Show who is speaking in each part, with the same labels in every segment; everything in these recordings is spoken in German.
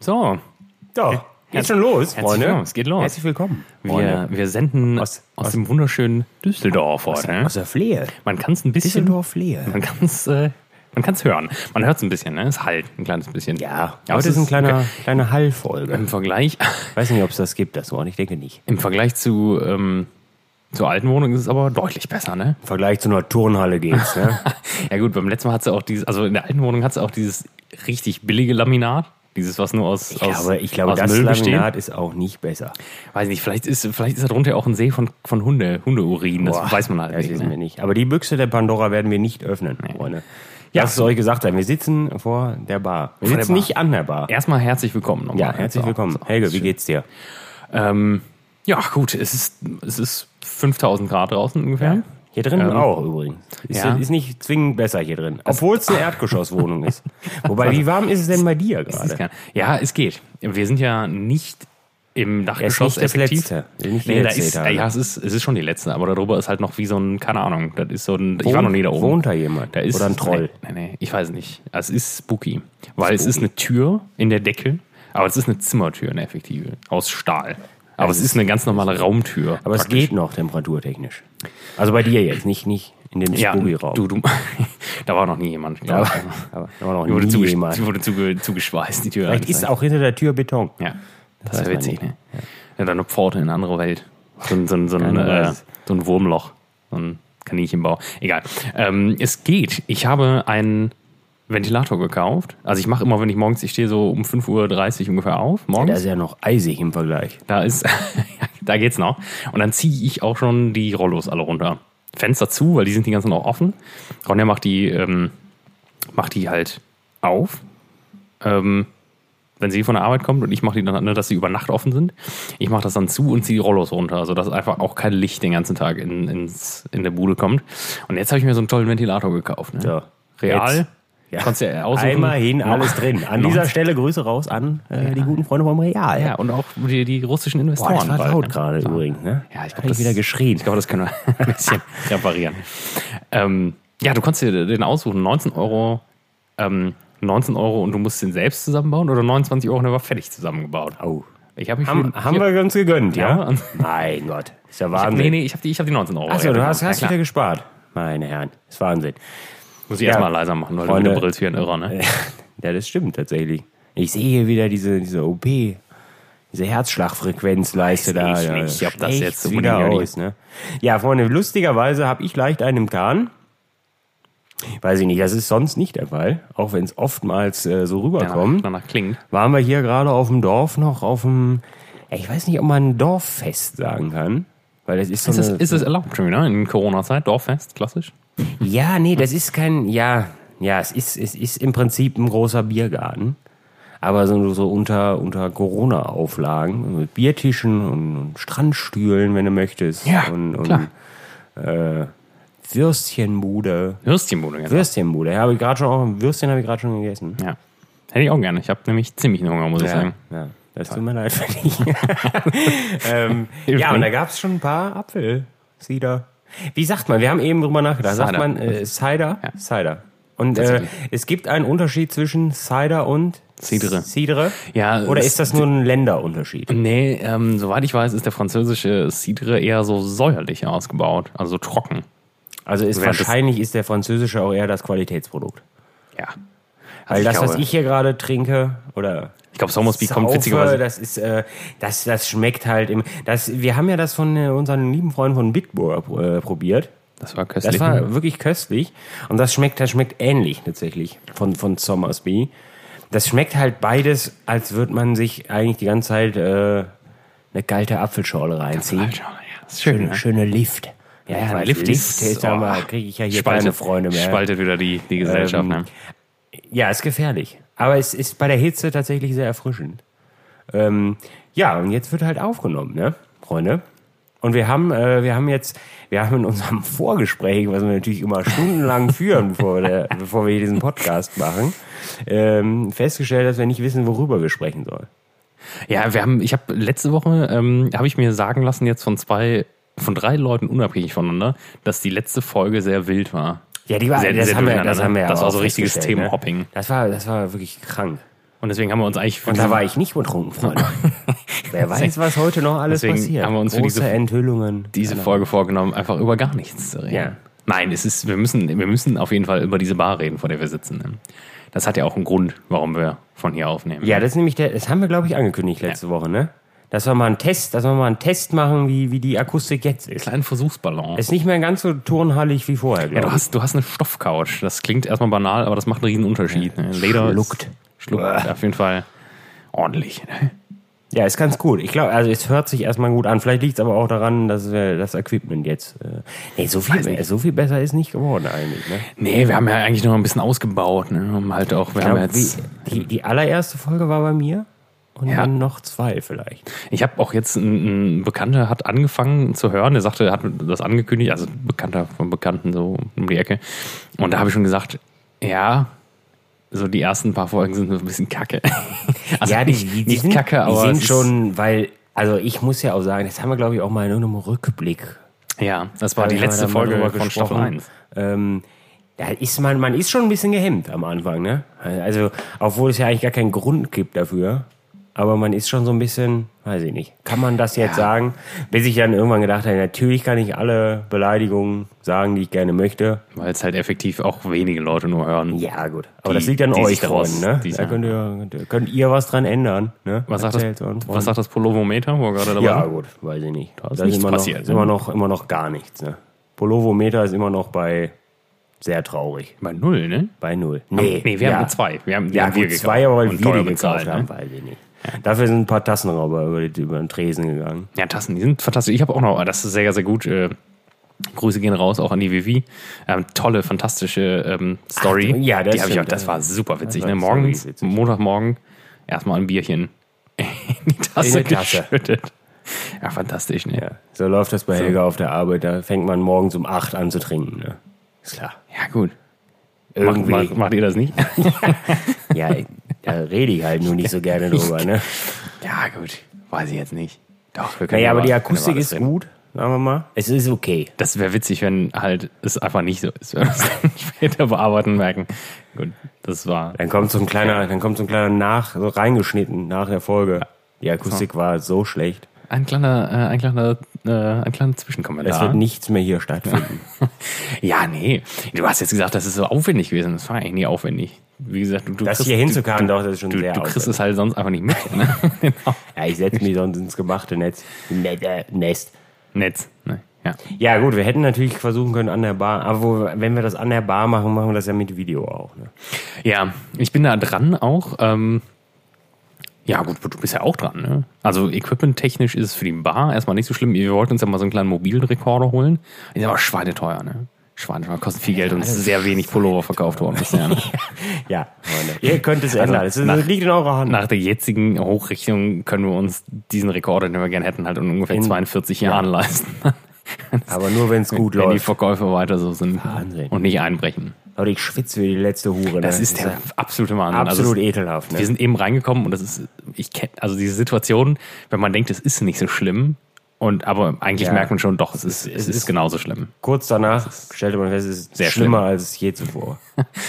Speaker 1: So.
Speaker 2: Ja, geht schon los,
Speaker 1: Herzlich
Speaker 2: Freunde.
Speaker 1: willkommen, es geht los.
Speaker 2: Herzlich willkommen.
Speaker 1: Wir,
Speaker 2: Freunde.
Speaker 1: wir senden aus,
Speaker 2: Aus- aus-
Speaker 1: dem wunderschönen Düsseldorf heute. ne?
Speaker 2: Aus der Flehe.
Speaker 1: man kann es ein bisschen,
Speaker 2: Düsseldorf-Flehe.
Speaker 1: man kann es äh, man kann's hören. Man hört es ein bisschen, ne? Es halt ein kleines bisschen.
Speaker 2: Ja,
Speaker 1: aber
Speaker 2: das ist ein kleiner, kleine Hallfolge.
Speaker 1: im Vergleich
Speaker 2: Ich weiß nicht, ob es das gibt, das Wort. Ich denke nicht.
Speaker 1: im Vergleich zu ähm, zur alten Wohnung ist es aber deutlich besser, ne?
Speaker 2: Im Vergleich zu einer Turnhalle geht's. Ne?
Speaker 1: Ja gut, beim letzten Mal hat sie auch dieses, also in der alten Wohnung hat sie auch dieses richtig billige Laminat, dieses was nur aus
Speaker 2: ich
Speaker 1: aus,
Speaker 2: glaube, ich glaube
Speaker 1: aus
Speaker 2: das
Speaker 1: Müll
Speaker 2: Laminat ist auch nicht besser.
Speaker 1: besteht. Weiß nicht, vielleicht ist vielleicht ist darunter auch ein See von von Hunde, Hundeurin, das
Speaker 2: Boah,
Speaker 1: weiß man halt
Speaker 2: Das
Speaker 1: nicht.
Speaker 2: wissen
Speaker 1: Ne?
Speaker 2: wir nicht. Aber die Büchse der Pandora werden wir nicht öffnen, Freunde.
Speaker 1: Ja.
Speaker 2: Das soll euch gesagt sein. Wir sitzen vor der Bar. Wir
Speaker 1: Vor der
Speaker 2: sitzen
Speaker 1: Bar.
Speaker 2: nicht an der Bar.
Speaker 1: Erstmal herzlich willkommen nochmal.
Speaker 2: Ja, herzlich
Speaker 1: So,
Speaker 2: willkommen.
Speaker 1: so.
Speaker 2: Helge, wie geht's dir?
Speaker 1: Ähm, ja, gut, es ist, es ist 5000 Grad draußen ungefähr.
Speaker 2: Hier drin
Speaker 1: Ähm,
Speaker 2: auch übrigens. Ist,
Speaker 1: ja.
Speaker 2: ist nicht zwingend besser hier drin. Obwohl es eine Erdgeschosswohnung ist. Wobei, wie warm ist es denn bei dir
Speaker 1: Es ist
Speaker 2: gerade?
Speaker 1: kein- Ja, es geht. Wir sind ja nicht im Dachgeschoss
Speaker 2: nicht das
Speaker 1: effektiv.
Speaker 2: Letzte. Nicht die
Speaker 1: Nee, da
Speaker 2: letzte
Speaker 1: ist,
Speaker 2: Etage.
Speaker 1: ja, es ist, es ist schon die letzte, aber darüber ist halt noch wie so ein, keine Ahnung, das ist so ein, ich war noch nie da oben.
Speaker 2: Wohnt da jemand?
Speaker 1: Da ist,
Speaker 2: Oder ein Troll?
Speaker 1: Nee, nee, nee, ich weiß nicht. Also es ist spooky, weil es ist eine Tür in der Decke, aber es ist eine Zimmertür, eine effektive, aus Stahl. Aber es ist eine ganz normale Raumtür.
Speaker 2: Also Aber es
Speaker 1: praktisch.
Speaker 2: geht noch temperaturtechnisch. Also bei dir jetzt, nicht, nicht in dem
Speaker 1: Ja,
Speaker 2: Spooky-Raum.
Speaker 1: du, du, da war noch nie jemand. glaub
Speaker 2: aber,
Speaker 1: ich.
Speaker 2: aber da war noch
Speaker 1: Die wurde,
Speaker 2: nie
Speaker 1: zuge
Speaker 2: jemand.
Speaker 1: die wurde zuge zugeschweißt, die Tür.
Speaker 2: Vielleicht ist auch hinter der Tür Beton.
Speaker 1: Ja, das
Speaker 2: weiß
Speaker 1: wäre
Speaker 2: man
Speaker 1: witzig,
Speaker 2: nicht.
Speaker 1: ne? Ja, dann eine Pforte in eine andere Welt. So ein, so ein, so ein,
Speaker 2: Keiner
Speaker 1: äh,
Speaker 2: weiß.
Speaker 1: so ein Wurmloch. So ein Kaninchenbau. Egal. Ähm, es geht. Ich habe einen Ventilator gekauft. Also ich mache immer, wenn ich morgens, ich stehe so um 5.30 Uhr ungefähr auf.
Speaker 2: Da
Speaker 1: Morgens.
Speaker 2: ist ja noch eisig im Vergleich.
Speaker 1: Da ist, da geht's noch. Und dann ziehe ich auch schon die Rollos alle runter. Fenster zu, weil die sind die ganzen auch offen. Ronja macht die, ähm, macht die halt auf, ähm, wenn sie von der Arbeit kommt und ich mache die dann, ne, dass sie über Nacht offen sind. Ich mache das dann zu und ziehe die Rollos runter, sodass einfach auch kein Licht den ganzen Tag in, ins, in der Bude kommt. Und jetzt habe ich mir so einen tollen Ventilator gekauft. Ne?
Speaker 2: So.
Speaker 1: Real.
Speaker 2: Ja.
Speaker 1: Konntest ja aussuchen.
Speaker 2: Einmal hin,
Speaker 1: Ja.
Speaker 2: alles drin. An
Speaker 1: Noch-
Speaker 2: dieser Stelle Grüße raus an äh, die guten Freunde vom Real.
Speaker 1: Ja, und auch die, die russischen Investoren.
Speaker 2: Boah, das war
Speaker 1: bald,
Speaker 2: laut
Speaker 1: ne?
Speaker 2: gerade übrigens. Ne?
Speaker 1: Ja, ich
Speaker 2: Hab
Speaker 1: glaube, das
Speaker 2: wieder geschrien.
Speaker 1: Ich glaube, das können wir ein bisschen reparieren. Ähm, ja, du konntest dir den aussuchen. 19 Euro, ähm, 19 Euro und du musst den selbst zusammenbauen oder 29 Euro und er war fertig zusammengebaut.
Speaker 2: Oh.
Speaker 1: Ich habe mich
Speaker 2: Haben,
Speaker 1: für-
Speaker 2: haben wir uns gegönnt, ja?
Speaker 1: Ja.
Speaker 2: Mein Gott, ist ja
Speaker 1: ich,
Speaker 2: Wahnsinn.
Speaker 1: Nee, nee, ich habe die, ich hab die 19 Euro.
Speaker 2: Achso,
Speaker 1: Ja, genau.
Speaker 2: du hast,
Speaker 1: ja,
Speaker 2: hast
Speaker 1: klar.
Speaker 2: wieder gespart, meine Herren. Ist Wahnsinn.
Speaker 1: Muss ich
Speaker 2: ja.
Speaker 1: erstmal leiser machen, weil
Speaker 2: Freunde. äh,
Speaker 1: du wieder brillst wie ein Irrer, ne?
Speaker 2: Ja, das stimmt tatsächlich. Ich sehe hier wieder diese, diese OP, diese Herzschlagfrequenzleiste da.
Speaker 1: Weiß ich
Speaker 2: ja,
Speaker 1: nicht, ob das
Speaker 2: schlägt's
Speaker 1: jetzt so
Speaker 2: wieder
Speaker 1: unbedingt-
Speaker 2: aus, ne? Ja, Freunde, lustigerweise habe ich leicht einen im Kahn. Weiß ich nicht, das ist sonst nicht der Fall, auch wenn es oftmals äh, so rüberkommt.
Speaker 1: Danach, danach klingt.
Speaker 2: waren wir hier gerade auf dem Dorf noch auf dem, ja, ich weiß nicht, ob man Dorffest sagen kann. Weil das ist so
Speaker 1: Ist es,
Speaker 2: eine,
Speaker 1: ist es erlaubt schon wieder in Corona-Zeit? Dorffest, klassisch?
Speaker 2: ja, nee, das ist kein, ja, ja, es ist, es ist im Prinzip ein großer Biergarten. Aber so, so unter, unter Corona-Auflagen, mit Biertischen und, und Strandstühlen, wenn du möchtest.
Speaker 1: Ja,
Speaker 2: und, und
Speaker 1: klar.
Speaker 2: Äh, Würstchenbude.
Speaker 1: Würstchenbude. jetzt.
Speaker 2: Würstchenbude, ja, habe ich gerade schon auch, Würstchen habe ich gerade schon gegessen.
Speaker 1: Ja. Hätte ich auch gerne. Ich habe nämlich ziemlich einen Hunger, muss ich sagen.
Speaker 2: Ja, das tut mir leid für dich. ähm, ja, und da gab es schon ein paar Apfel, Cider. Wie sagt man? Wir haben eben drüber nachgedacht. Sagt
Speaker 1: Cider.
Speaker 2: man äh, Cider?
Speaker 1: Ja.
Speaker 2: Cider. Und äh,
Speaker 1: Tatsächlich.
Speaker 2: es gibt einen Unterschied zwischen Cider und
Speaker 1: Cidre.
Speaker 2: Cidre.
Speaker 1: Ja,
Speaker 2: Oder
Speaker 1: es-
Speaker 2: ist das nur ein Länderunterschied?
Speaker 1: Nee, ähm, soweit ich weiß, ist der französische Cidre eher so säuerlich ausgebaut, also so trocken.
Speaker 2: Also ist
Speaker 1: Während das-
Speaker 2: wahrscheinlich ist der französische auch eher das Qualitätsprodukt.
Speaker 1: Ja.
Speaker 2: Weil das, was
Speaker 1: glaube-
Speaker 2: ich hier gerade trinke, oder
Speaker 1: Ich glaube, Somersby kommt
Speaker 2: Saufe,
Speaker 1: witzigerweise.
Speaker 2: Das ist, äh, das, das schmeckt halt im. Das, wir haben ja das von äh, unseren lieben Freunden von Bitburger äh, probiert.
Speaker 1: Das war
Speaker 2: Das
Speaker 1: köstlich. Hm.
Speaker 2: war wirklich köstlich. Und das schmeckt, das schmeckt ähnlich tatsächlich von, von Somersby. Das schmeckt halt beides, als würde man sich eigentlich die ganze Zeit äh, eine kalte Apfelschorle reinziehen.
Speaker 1: Alter, ja, ist schön. ne?
Speaker 2: Schöne, schöne Lift. Ja,
Speaker 1: Ja,
Speaker 2: ja
Speaker 1: Lift
Speaker 2: Lift
Speaker 1: ist-
Speaker 2: ist da
Speaker 1: oh.
Speaker 2: mal, kriege ich ja hier
Speaker 1: Spaltet,
Speaker 2: keine Freunde mehr.
Speaker 1: spaltet wieder die, die Gesellschaft.
Speaker 2: Ähm,
Speaker 1: ne?
Speaker 2: Ja, ist gefährlich. Aber es ist bei der Hitze tatsächlich sehr erfrischend. Ähm, ja, und jetzt wird halt aufgenommen, ne, Freunde? Und wir haben, äh, wir haben jetzt, wir haben in unserem Vorgespräch, was wir natürlich immer stundenlang führen, bevor wir, der, bevor wir diesen Podcast machen, ähm, festgestellt, dass wir nicht wissen, worüber wir sprechen sollen.
Speaker 1: Ja, wir haben, ich habe letzte Woche, ähm, habe ich mir sagen lassen, jetzt von zwei, von drei Leuten unabhängig voneinander, dass die letzte Folge sehr wild war.
Speaker 2: Ja, die war,
Speaker 1: Sehr-
Speaker 2: das,
Speaker 1: sehr
Speaker 2: haben wir, ne? das
Speaker 1: durcheinander.
Speaker 2: haben wir
Speaker 1: Das
Speaker 2: aber
Speaker 1: war so
Speaker 2: auch
Speaker 1: richtiges
Speaker 2: festgestellt, ne?
Speaker 1: Themenhopping.
Speaker 2: Das war, das war wirklich krank.
Speaker 1: Und deswegen haben wir uns eigentlich für
Speaker 2: Und da
Speaker 1: diesen-
Speaker 2: war ich nicht betrunken, Freunde. Wer weiß, was heute noch alles
Speaker 1: Deswegen
Speaker 2: passiert.
Speaker 1: haben wir uns für
Speaker 2: Große
Speaker 1: diese-
Speaker 2: Enthüllungen.
Speaker 1: diese Folge vorgenommen, einfach über gar nichts zu reden.
Speaker 2: Genau. Ja.
Speaker 1: Nein, es ist, wir müssen, wir müssen auf jeden Fall über diese Bar reden, vor der wir sitzen. ne? Das hat ja auch einen Grund, warum wir von hier aufnehmen.
Speaker 2: Ja, das ist nämlich der, das haben wir, glaube ich, angekündigt letzte Woche, ne? Dass wir mal einen Test, dass wir mal einen Test machen, wie, wie die Akustik jetzt ist.
Speaker 1: Kleinen Versuchsballon.
Speaker 2: Ist nicht mehr ganz so turnhallig wie vorher,
Speaker 1: Ja,
Speaker 2: glaube
Speaker 1: du hast, du hast eine Stoffcouch. Das klingt erstmal banal, aber das macht einen riesen Unterschied. ne? Leder
Speaker 2: Schluckt.
Speaker 1: Schluckt
Speaker 2: Uah.
Speaker 1: auf jeden Fall ordentlich. ne?
Speaker 2: Ja, ist ganz gut. Ich glaube, also es hört sich erstmal gut an. Vielleicht liegt es aber auch daran, dass äh, das Equipment jetzt. Äh, nee, so viel, be- so viel besser ist nicht geworden eigentlich. Ne?
Speaker 1: Nee, wir haben ja eigentlich noch ein bisschen ausgebaut. Ne? Haben halt auch, wir
Speaker 2: Ich
Speaker 1: haben
Speaker 2: glaub,
Speaker 1: jetzt,
Speaker 2: Genau, wie, die, die allererste Folge war bei mir und
Speaker 1: Ja.
Speaker 2: dann noch zwei vielleicht.
Speaker 1: ich habe auch jetzt ein, ein Bekannter hat angefangen zu hören. Der sagte, hat das angekündigt, also ein Bekannter von Bekannten so um die Ecke. Und da habe ich schon gesagt, ja, so die ersten paar Folgen sind so ein bisschen kacke. Also nicht, nicht
Speaker 2: sind,
Speaker 1: kacke,
Speaker 2: die
Speaker 1: aber es
Speaker 2: sind
Speaker 1: ist-
Speaker 2: schon, weil also ich muss ja auch sagen, das haben wir glaube ich auch mal in einem Rückblick.
Speaker 1: Ja, das war
Speaker 2: Da
Speaker 1: die
Speaker 2: haben wir
Speaker 1: letzte
Speaker 2: da mal
Speaker 1: Folge
Speaker 2: drüber
Speaker 1: von Staffel
Speaker 2: gesprochen.
Speaker 1: 1.
Speaker 2: Ähm, da ist man, man ist schon ein bisschen gehemmt am Anfang, ne? Also obwohl es ja eigentlich gar keinen Grund gibt dafür, aber man ist schon so ein bisschen, weiß ich nicht, kann man das jetzt
Speaker 1: Ja.
Speaker 2: sagen? Bis ich dann irgendwann gedacht habe, natürlich kann ich alle Beleidigungen sagen, die ich gerne möchte.
Speaker 1: Weil es halt effektiv auch wenige Leute nur hören.
Speaker 2: Ja, gut. Aber
Speaker 1: Die-
Speaker 2: das liegt an
Speaker 1: die sich
Speaker 2: euch,
Speaker 1: daraus-
Speaker 2: Freunde. Ne?
Speaker 1: die-
Speaker 2: Da könnt ihr, könnt ihr was dran ändern. Ne?
Speaker 1: Was, sagt das,
Speaker 2: Erzählt's euren Freunden.
Speaker 1: was sagt das Polovometer, wo wir gerade dabei
Speaker 2: Ja,
Speaker 1: sind?
Speaker 2: gut, weiß ich nicht. Da
Speaker 1: ist nichts
Speaker 2: immer
Speaker 1: passiert,
Speaker 2: Noch, ist
Speaker 1: ne?
Speaker 2: immer, noch, immer noch gar nichts. Ne? Polovometer ist immer noch bei sehr traurig.
Speaker 1: Bei null, ne?
Speaker 2: Bei null. Nee,
Speaker 1: nee, wir
Speaker 2: ja.
Speaker 1: haben nur zwei. Wir haben, die
Speaker 2: Ja,
Speaker 1: haben wir
Speaker 2: gut, zwei, aber weil
Speaker 1: und
Speaker 2: wir
Speaker 1: teuer
Speaker 2: die gekauft
Speaker 1: bezahlt,
Speaker 2: haben,
Speaker 1: Ne?
Speaker 2: weiß ich nicht. Dafür sind ein paar Tassenrauber über, die- über den Tresen gegangen.
Speaker 1: Ja, Tassen, die sind fantastisch. Ich habe auch noch, das ist sehr, sehr gut. Äh, Grüße gehen raus, auch an die Vivi. Ähm, tolle, fantastische ähm, Story.
Speaker 2: Ach, ja, das
Speaker 1: die hab ich auch,
Speaker 2: stimmt,
Speaker 1: das
Speaker 2: das-
Speaker 1: war super witzig.
Speaker 2: das war
Speaker 1: Ne? Morgens,
Speaker 2: sehr witzig.
Speaker 1: Montagmorgen, erstmal ein Bierchen in die Tasse,
Speaker 2: In die Tasse.
Speaker 1: geschüttet. Ja, fantastisch, ne?
Speaker 2: Ja. So läuft das bei Helga auf der Arbeit. Da fängt man morgens um acht an zu trinken. Ne? Ist klar.
Speaker 1: Ja, gut. Macht,
Speaker 2: Irgendwie.
Speaker 1: macht, macht ihr das nicht?
Speaker 2: Ja, da rede ich halt nur nicht so gerne drüber. Ne?
Speaker 1: ja, gut. Weiß ich jetzt nicht. Doch, wir können
Speaker 2: Naja, aber
Speaker 1: über-
Speaker 2: die
Speaker 1: können über
Speaker 2: Akustik
Speaker 1: alles
Speaker 2: ist
Speaker 1: reden.
Speaker 2: gut, sagen wir mal. Es ist okay.
Speaker 1: Das wäre witzig, wenn halt es einfach nicht so ist. Wenn wir es dann später bearbeiten merken. Gut, das war.
Speaker 2: Dann kommt so ein kleiner, dann kommt so ein kleiner nach, so reingeschnitten nach der Folge. Die Akustik war so schlecht.
Speaker 1: Ein kleiner, äh, ein kleiner, äh, ein kleiner
Speaker 2: Es wird
Speaker 1: Zwischenkommentar.
Speaker 2: nichts mehr hier stattfinden.
Speaker 1: Ja, nee. Du hast jetzt gesagt, das ist so aufwendig gewesen. Das war eigentlich nie aufwendig. Wie gesagt, du, du
Speaker 2: Das
Speaker 1: kriegst-
Speaker 2: hier
Speaker 1: du-
Speaker 2: hinzukamen, doch, das ist schon
Speaker 1: Du,
Speaker 2: sehr
Speaker 1: du kriegst
Speaker 2: aufwendig.
Speaker 1: es halt sonst einfach nicht mit. Ne? genau.
Speaker 2: Ja, ich setze mich sonst ins gemachte Netz. Net, äh, Nest.
Speaker 1: Netz. Ne? Ja.
Speaker 2: Ja, gut, wir hätten natürlich versuchen können an der Bar, aber wo, wenn wir das an der Bar machen, machen wir das ja mit Video auch. Ne?
Speaker 1: ja, ich bin da dran auch. Ähm, ja, gut, du bist ja auch dran. Ne? Also, equipment-technisch ist es für die Bar erstmal nicht so schlimm. Wir wollten uns ja mal so einen kleinen mobilen Rekorder holen. Ist aber schweineteuer, ne? Schweineteuer, kostet viel Geld und es ist sehr wenig Pullover verkauft worden bisher. Ne?
Speaker 2: Ja, Freunde. Ihr könnt es ändern. Es ist-
Speaker 1: Also nach-
Speaker 2: es liegt in eurer Hand.
Speaker 1: Nach der jetzigen Hochrichtung können wir uns diesen Rekorder, den wir gerne hätten, halt in ungefähr 42 Jahren leisten.
Speaker 2: aber nur wenn es gut
Speaker 1: Wenn die
Speaker 2: läuft.
Speaker 1: Verkäufe weiter so sind
Speaker 2: Wahnsinn.
Speaker 1: und nicht einbrechen.
Speaker 2: Leute, ich schwitze wie die letzte Hure.
Speaker 1: Das
Speaker 2: ne?
Speaker 1: ist der absolute Wahnsinn. Also
Speaker 2: absolut
Speaker 1: es-
Speaker 2: ekelhaft. Ne?
Speaker 1: Wir sind eben reingekommen und das ist, ich kenne, also diese Situation, wenn man denkt, es ist nicht so schlimm und aber eigentlich
Speaker 2: Ja.
Speaker 1: merkt man schon, doch, es ist, es ist genauso schlimm.
Speaker 2: kurz danach stellte man fest, es ist
Speaker 1: Sehr
Speaker 2: schlimmer als je zuvor.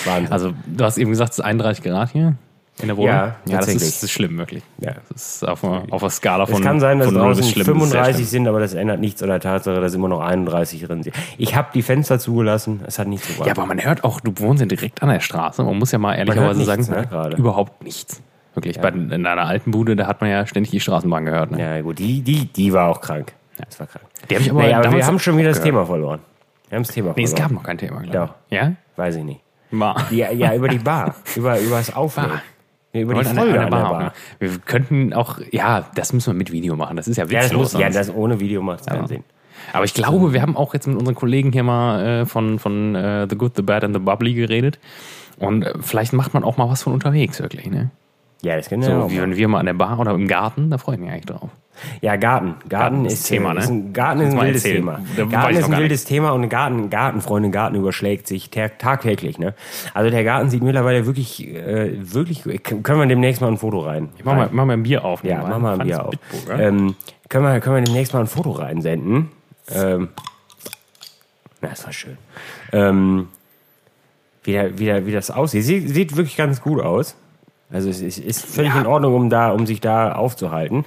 Speaker 2: Wahnsinn.
Speaker 1: Also du hast eben gesagt, es ist 31 Grad hier in der Wohnung.
Speaker 2: Ja,
Speaker 1: das,
Speaker 2: tatsächlich.
Speaker 1: ist, das ist schlimm, wirklich.
Speaker 2: Ja.
Speaker 1: Das ist auf einer, auf einer Skala von
Speaker 2: es kann sein, dass
Speaker 1: von null bis
Speaker 2: draußen
Speaker 1: schlimm, das ist sehr
Speaker 2: 35 sind, aber das ändert nichts an der Tatsache, dass immer noch 31 drin sind. Ich habe die Fenster zugelassen, es hat nichts gebracht.
Speaker 1: Ja, aber man hört auch, du wohnst ja direkt an der Straße. Man muss ja mal ehrlicherweise
Speaker 2: hört
Speaker 1: sagen,
Speaker 2: nichts, ne, gerade.
Speaker 1: überhaupt nichts. Wirklich, bei, in deiner alten Bude, da hat man ja ständig die Straßenbahn gehört. Ne?
Speaker 2: ja gut, die, die, die war auch krank. Das war krank.
Speaker 1: Die hab ich aber
Speaker 2: naja, aber wir
Speaker 1: damals
Speaker 2: haben schon wieder das
Speaker 1: gehört.
Speaker 2: Thema verloren. Wir haben das Thema
Speaker 1: Nee, es
Speaker 2: verloren.
Speaker 1: gab noch kein Thema, glaube
Speaker 2: Doch.
Speaker 1: ich. Ja?
Speaker 2: Weiß ich nicht.
Speaker 1: Mal.
Speaker 2: Ja, ja über die Bar. über, über das Aufnehmen.
Speaker 1: Bar.
Speaker 2: Nee, über
Speaker 1: Wir
Speaker 2: die
Speaker 1: wollten an der-
Speaker 2: Folge
Speaker 1: an der Bar aufnehmen. Wir könnten auch, ja, das müssen wir mit Video machen. Das ist ja
Speaker 2: Ja, das,
Speaker 1: witzlos.
Speaker 2: muss, ja,
Speaker 1: sonst.
Speaker 2: das ohne Video macht keinen Sinn.
Speaker 1: Aber ich glaube, wir haben auch jetzt mit unseren Kollegen hier mal äh, von, von äh, The Good, The Bad and The Bubbly geredet. Und äh, vielleicht macht man auch mal was von unterwegs, wirklich. Ne?
Speaker 2: Ja, das können wir
Speaker 1: So,
Speaker 2: auch
Speaker 1: wie
Speaker 2: machen.
Speaker 1: wenn wir mal an der Bar oder im Garten, da freue ich mich eigentlich drauf.
Speaker 2: Ja, Garten. Garten,
Speaker 1: ist
Speaker 2: ist,
Speaker 1: ein Thema,
Speaker 2: äh,
Speaker 1: ne?
Speaker 2: Ist ein, Garten ist
Speaker 1: Kannst
Speaker 2: ein
Speaker 1: mal
Speaker 2: wildes
Speaker 1: erzählen.
Speaker 2: Thema.
Speaker 1: Da war ich
Speaker 2: Garten ist
Speaker 1: noch
Speaker 2: ein
Speaker 1: gar
Speaker 2: wildes Thema und Garten, Garten, Freunde, Garten überschlägt sich tag tagtäglich, ne? Also der Garten sieht mittlerweile wirklich, äh, wirklich, können wir demnächst mal ein Foto rein?
Speaker 1: Mach mal, mach mal ein Bier auf. Äh,
Speaker 2: Ja,
Speaker 1: nebenbei.
Speaker 2: mach mal ein
Speaker 1: Franz
Speaker 2: Bier auf.
Speaker 1: Bitburger.
Speaker 2: Ähm, können, wir, können wir demnächst mal ein Foto reinsenden? Ähm, na, das war schön. Ähm, wie, der, wie, der, wie das aussieht. Sieht, sieht wirklich ganz gut aus. Also es ist, ist völlig in Ordnung, um da, um sich da aufzuhalten.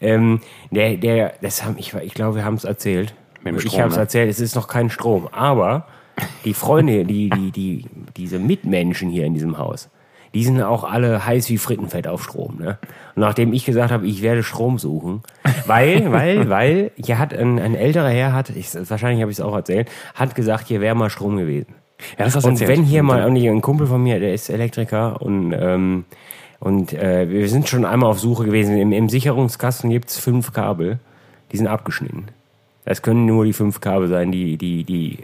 Speaker 2: Ähm, der, der, das haben, ich, ich glaube, wir haben es erzählt.
Speaker 1: Mit dem
Speaker 2: ich
Speaker 1: Strom,
Speaker 2: habe es
Speaker 1: ne?
Speaker 2: erzählt, es ist noch kein Strom. Aber die Freunde, die, die, die, diese Mitmenschen hier in diesem Haus, die sind auch alle heiß wie Frittenfett auf Strom. Ne? Und nachdem ich gesagt habe, ich werde Strom suchen, weil, weil, weil, hier hat ein, ein älterer Herr hat, ich, wahrscheinlich habe ich es auch erzählt, hat gesagt, hier wäre mal Strom gewesen.
Speaker 1: Ja, das hast du
Speaker 2: Und
Speaker 1: erzählt.
Speaker 2: wenn hier mal, und ein Kumpel von mir, der ist Elektriker und, ähm, und äh, wir sind schon einmal auf Suche gewesen. Im, im Sicherungskasten gibt's fünf Kabel, die sind abgeschnitten. Das können nur die fünf Kabel sein, die, die, die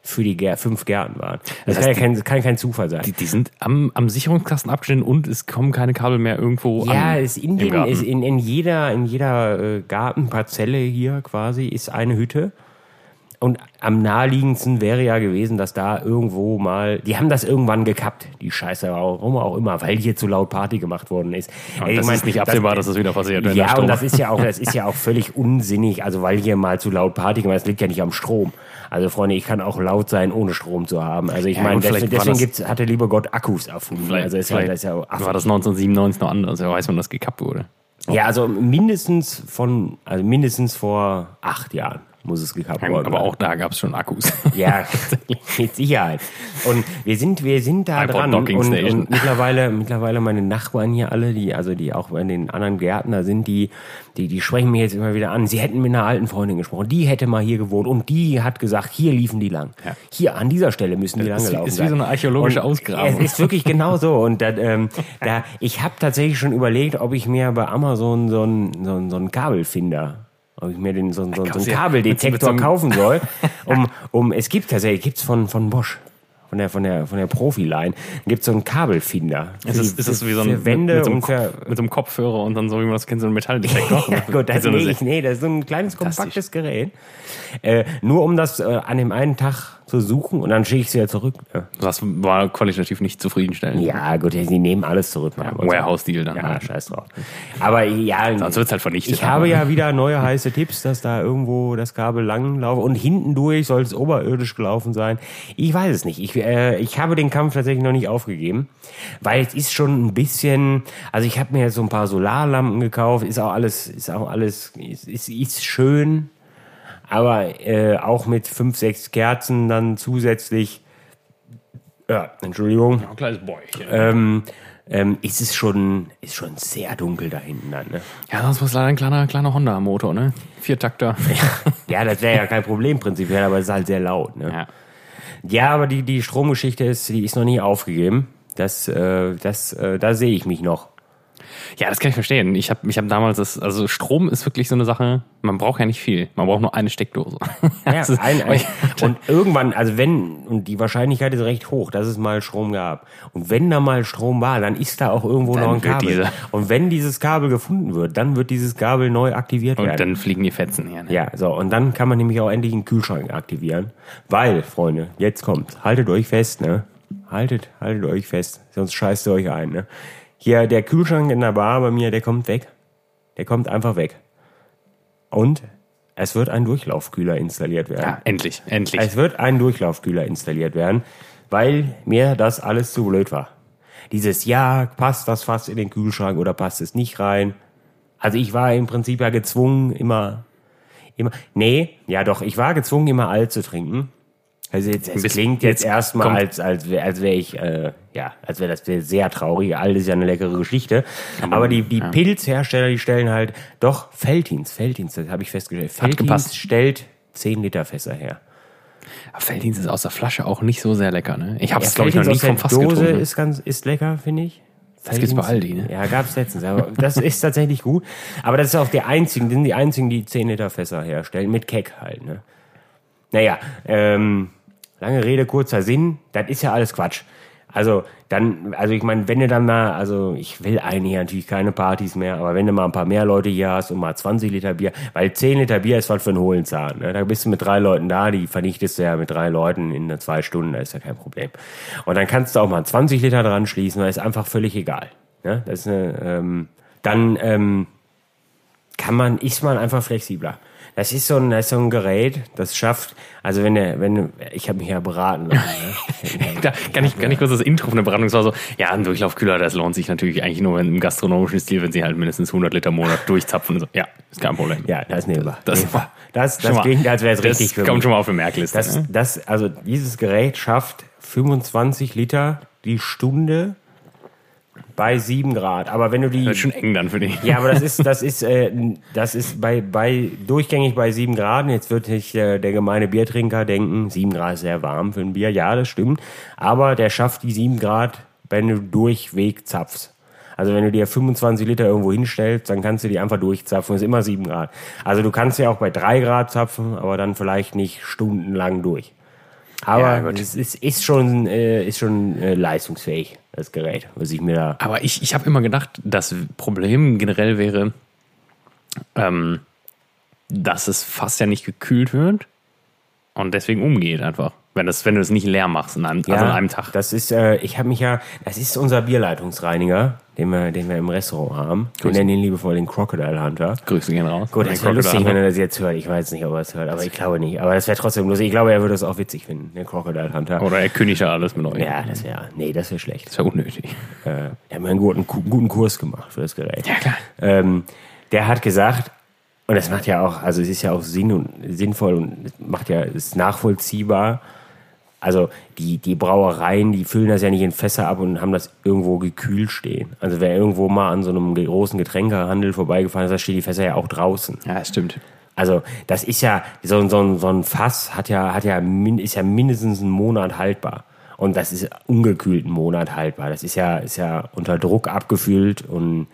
Speaker 2: für die Gär, fünf Gärten waren. Das,
Speaker 1: heißt,
Speaker 2: kann, ja kein, kann kein Zufall sein.
Speaker 1: Die, die sind am, am Sicherungskasten abgeschnitten und es kommen keine Kabel mehr irgendwo an.
Speaker 2: ja, ist in,
Speaker 1: im
Speaker 2: jedem,
Speaker 1: Garten.
Speaker 2: ist in, in jeder, in jeder äh, Gartenparzelle hier quasi ist eine Hütte. Und am naheliegendsten wäre ja gewesen, dass da irgendwo mal. Die haben das irgendwann gekappt, die Scheiße, warum auch immer, weil hier zu laut Party gemacht worden ist. Ey, ich
Speaker 1: das
Speaker 2: mein,
Speaker 1: ist nicht absehbar, dass das wieder passiert. wenn der
Speaker 2: ja,
Speaker 1: Strom-
Speaker 2: und das ist ja auch, das ist ja auch völlig unsinnig. Also, weil hier mal zu laut Party gemacht, das liegt ja nicht am Strom. Also, Freunde, ich kann auch laut sein, ohne Strom zu haben. Also, ich
Speaker 1: Ja,
Speaker 2: meine,
Speaker 1: gut, vielleicht
Speaker 2: deswegen,
Speaker 1: war
Speaker 2: deswegen
Speaker 1: das-
Speaker 2: gibt's, hatte lieber Gott Akkus erfunden.
Speaker 1: Vielleicht,
Speaker 2: Also, ist ja,
Speaker 1: vielleicht
Speaker 2: das ist ja auch
Speaker 1: war das 1997 noch anders, wer weiß, wann das gekappt wurde.
Speaker 2: ja, also mindestens von, also mindestens vor acht Jahren muss es gekappt
Speaker 1: Ja,
Speaker 2: worden.
Speaker 1: gut, aber
Speaker 2: sein.
Speaker 1: auch da gab es schon Akkus.
Speaker 2: Ja, mit Sicherheit. Und wir sind, wir sind da
Speaker 1: iPod
Speaker 2: dran. Und,
Speaker 1: Docking Station.
Speaker 2: und mittlerweile, mittlerweile meine Nachbarn hier alle, die, also die auch bei den anderen Gärtner sind, die, die, die sprechen mir jetzt immer wieder an. Sie hätten mit einer alten Freundin gesprochen. Die hätte mal hier gewohnt und die hat gesagt, hier liefen die lang.
Speaker 1: Ja.
Speaker 2: Hier an dieser Stelle müssen die lang
Speaker 1: ist wie-
Speaker 2: gelaufen
Speaker 1: ist wie so eine archäologische
Speaker 2: Und
Speaker 1: Ausgrabung.
Speaker 2: Es ist wirklich genau so. Und da, ähm, da, ich habe tatsächlich schon überlegt, ob ich mir bei Amazon so einen, so einen, so einen Kabelfinder ob ich mir den, so, so, so einen
Speaker 1: Kannst du ja mit so
Speaker 2: Kabeldetektor
Speaker 1: einem-
Speaker 2: kaufen soll, um, um es gibt tatsächlich, gibt's von, von Bosch, von der, von der, von der Profi-Line, gibt's so einen Kabelfinder.
Speaker 1: Ist das, ist das wie so ein
Speaker 2: für Wände
Speaker 1: mit, mit, so einem
Speaker 2: und für,
Speaker 1: Kopf- mit so einem Kopfhörer und dann so, wie man das kennt, so ein Metalldetektor?
Speaker 2: ja, gut, das,
Speaker 1: so eine
Speaker 2: nee,
Speaker 1: Sech-
Speaker 2: ich, nee, das ist so ein kleines, kompaktes Gerät. Äh, nur um das äh, an dem einen Tag zu suchen und dann schicke ich es wieder zurück.
Speaker 1: Das war qualitativ nicht zufriedenstellend.
Speaker 2: Ja, gut, die nehmen alles zurück.
Speaker 1: Warehouse-Deal dann.
Speaker 2: Ja,
Speaker 1: halt.
Speaker 2: Ah, scheiß drauf. Aber ja,
Speaker 1: Sonst wird es halt vernichtet.
Speaker 2: Ich habe ja wieder neue heiße Tipps, dass da irgendwo das Kabel lang laufe und hinten durch soll es oberirdisch gelaufen sein. Ich weiß es nicht. Ich, äh, ich habe den Kampf tatsächlich noch nicht aufgegeben, weil es ist schon ein bisschen. Also ich habe mir jetzt so ein paar Solarlampen gekauft. Ist auch alles, ist auch alles, ist, ist, ist schön, aber äh, auch mit fünf, sechs Kerzen dann zusätzlich. Ja, Entschuldigung.
Speaker 1: Ein kleines Bäuchchen.
Speaker 2: Ähm, ähm, ist es schon, ist schon sehr dunkel da hinten dann. Ne?
Speaker 1: Ja, sonst war es leider ein kleiner, kleiner Honda-Motor, ne? Viertakter.
Speaker 2: Ja, das wäre ja kein Problem prinzipiell, aber es ist halt sehr laut. Ne?
Speaker 1: Ja.
Speaker 2: Ja, aber die, die Stromgeschichte ist, die ist noch nie aufgegeben. Das, äh, das, äh, da sehe ich mich noch.
Speaker 1: ja, das kann ich verstehen. Ich habe ich hab damals das, also Strom ist wirklich so eine Sache, man braucht ja nicht viel. Man braucht nur eine Steckdose.
Speaker 2: Ja,
Speaker 1: Das ist-
Speaker 2: ein, ein, Also, und irgendwann, also wenn, und die Wahrscheinlichkeit ist recht hoch, dass es mal Strom gab. Und wenn da mal Strom war, dann ist da auch irgendwo
Speaker 1: Dann
Speaker 2: noch ein
Speaker 1: wird
Speaker 2: Kabel.
Speaker 1: dieser-
Speaker 2: Und wenn dieses Kabel gefunden wird, dann wird dieses Kabel neu aktiviert werden.
Speaker 1: Und dann fliegen die Fetzen her. Ne?
Speaker 2: Ja, so, und dann kann man nämlich auch endlich einen Kühlschrank aktivieren. Weil, Freunde, jetzt kommt, haltet euch fest, ne? Haltet, haltet euch fest, sonst scheißt ihr euch ein, ne? Hier, der Kühlschrank in der Bar bei mir, der kommt weg. Der kommt einfach weg. Und es wird ein Durchlaufkühler installiert werden.
Speaker 1: Ja, endlich, endlich.
Speaker 2: Es wird ein Durchlaufkühler installiert werden, weil mir das alles zu blöd war. Dieses Ja, passt das fast in den Kühlschrank oder passt es nicht rein? Also ich war im Prinzip ja gezwungen, immer, immer, nee, ja doch, ich war gezwungen, immer alt zu trinken. Also jetzt, es
Speaker 1: Bis-
Speaker 2: klingt jetzt,
Speaker 1: jetzt
Speaker 2: erstmal,
Speaker 1: kommt-
Speaker 2: als, als, wär- als wäre ich, äh, ja, als wäre das sehr traurig. Alt ist ja eine leckere Geschichte. Aber, die, die Pilzhersteller, die stellen halt, doch, Feltins, Feltins, das habe ich festgestellt. Feltins
Speaker 1: gepasst.
Speaker 2: stellt 10 Liter Fässer her.
Speaker 1: Felddienst ist aus der Flasche auch nicht so sehr lecker, ne? Ich habe
Speaker 2: Ja,
Speaker 1: es, glaube ich, noch nie
Speaker 2: Feldins aus
Speaker 1: vom
Speaker 2: der
Speaker 1: Fass
Speaker 2: Dose
Speaker 1: getrunken.
Speaker 2: ist ganz ist lecker, finde ich. Das
Speaker 1: gibt's bei Aldi, ne?
Speaker 2: Ja, gab's letztens, aber das ist tatsächlich gut. Aber das ist auch der einzigen, sind die einzigen, die 10 Liter Fässer herstellen, mit Keck halt, ne? Naja, ähm, lange Rede, kurzer Sinn, das ist ja alles Quatsch. Also, dann, also ich meine, wenn du dann mal, also ich will eigentlich natürlich keine Partys mehr, aber wenn du mal ein paar mehr Leute hier hast und mal 20 Liter Bier, weil 10 Liter Bier ist was für einen hohlen Zahn. Ne? Da bist du mit drei Leuten da, die vernichtest du ja mit drei Leuten in nur zwei Stunden, da ist ja kein Problem. Und dann kannst du auch mal 20 Liter dran schließen, weil ist einfach völlig egal. Ne? Das ist eine, ähm, dann ähm, kann man, ist man einfach flexibler. Das ist so ein, das ist so ein Gerät, das schafft, also wenn der, wenn, ich habe mich ja beraten. lassen, ne?
Speaker 1: Da kann ich, kann ich kurz das Intro von der Brandung war so, ja, ein Durchlaufkühler, das lohnt sich natürlich eigentlich nur im gastronomischen Stil, wenn sie halt mindestens 100 Liter im Monat durchzapfen. Und so. Ja, ist kein Problem.
Speaker 2: ja, das ist nehmbar.
Speaker 1: Das-
Speaker 2: Nehmbar.
Speaker 1: Schon
Speaker 2: das, das
Speaker 1: mal.
Speaker 2: klingt, als wäre es richtig
Speaker 1: das kommt schon mal auf die Merkliste.
Speaker 2: Das,
Speaker 1: ne?
Speaker 2: das, also dieses Gerät schafft 25 Liter die Stunde bei 7 Grad. Aber wenn du die.
Speaker 1: wird schon eng dann für dich.
Speaker 2: Ja, aber das ist, das ist, äh, das ist bei, bei, durchgängig bei 7 Grad. Jetzt wird sich äh, der gemeine Biertrinker denken, 7 Grad ist sehr warm für ein Bier. Ja, das stimmt. Aber der schafft die 7 Grad, wenn du durchweg zapfst. Also wenn du dir 25 Liter irgendwo hinstellst, dann kannst du die einfach durchzapfen, ist immer 7 Grad. Also du kannst ja auch bei 3 Grad zapfen, aber dann vielleicht nicht stundenlang durch.
Speaker 1: Ja,
Speaker 2: Aber
Speaker 1: gut.
Speaker 2: es ist, ist schon, äh, ist schon äh, leistungsfähig, das Gerät, was ich mir da...
Speaker 1: Aber ich, ich habe immer gedacht, das Problem generell wäre, ähm, dass es fast ja nicht gekühlt wird und deswegen umgeht einfach. Wenn, das, wenn du es nicht leer machst in einem, also an einem Tag.
Speaker 2: Das ist, äh, ich habe mich ja, das ist unser Bierleitungsreiniger, den wir, den wir im Restaurant haben. Wir nennen ihn liebevoll den Crocodile Hunter.
Speaker 1: Grüße gehen raus.
Speaker 2: Gut,
Speaker 1: Mein
Speaker 2: das wäre lustig,
Speaker 1: Crocodile.
Speaker 2: wenn er das jetzt hört. Ich weiß nicht, ob er es hört, aber ich glaube nicht. Aber das wäre trotzdem lustig. Ich glaube, er würde es auch witzig finden, der Crocodile Hunter.
Speaker 1: Oder er kündigt ja alles mit euch.
Speaker 2: Ja, das wäre, nee, das wäre schlecht.
Speaker 1: Ist ja unnötig.
Speaker 2: Äh, wir haben einen guten, guten Kurs gemacht für das Gerät.
Speaker 1: klar.
Speaker 2: Ähm, der hat gesagt, und das macht ja auch, also es ist ja auch Sinn und, sinnvoll und es macht ja, es ist nachvollziehbar. Also die, die Brauereien, die füllen das ja nicht in Fässer ab und haben das irgendwo gekühlt stehen. Also wer irgendwo mal an so einem ge- großen Getränkehandel vorbeigefahren ist, da stehen die Fässer ja auch draußen.
Speaker 1: Ja, das stimmt.
Speaker 2: Also das ist ja, so, ein- so, ein- so ein Fass hat ja, hat ja, min- ist ja mindestens einen Monat haltbar. Und das ist ungekühlt einen Monat haltbar. Das ist ja, ist ja unter Druck abgefüllt und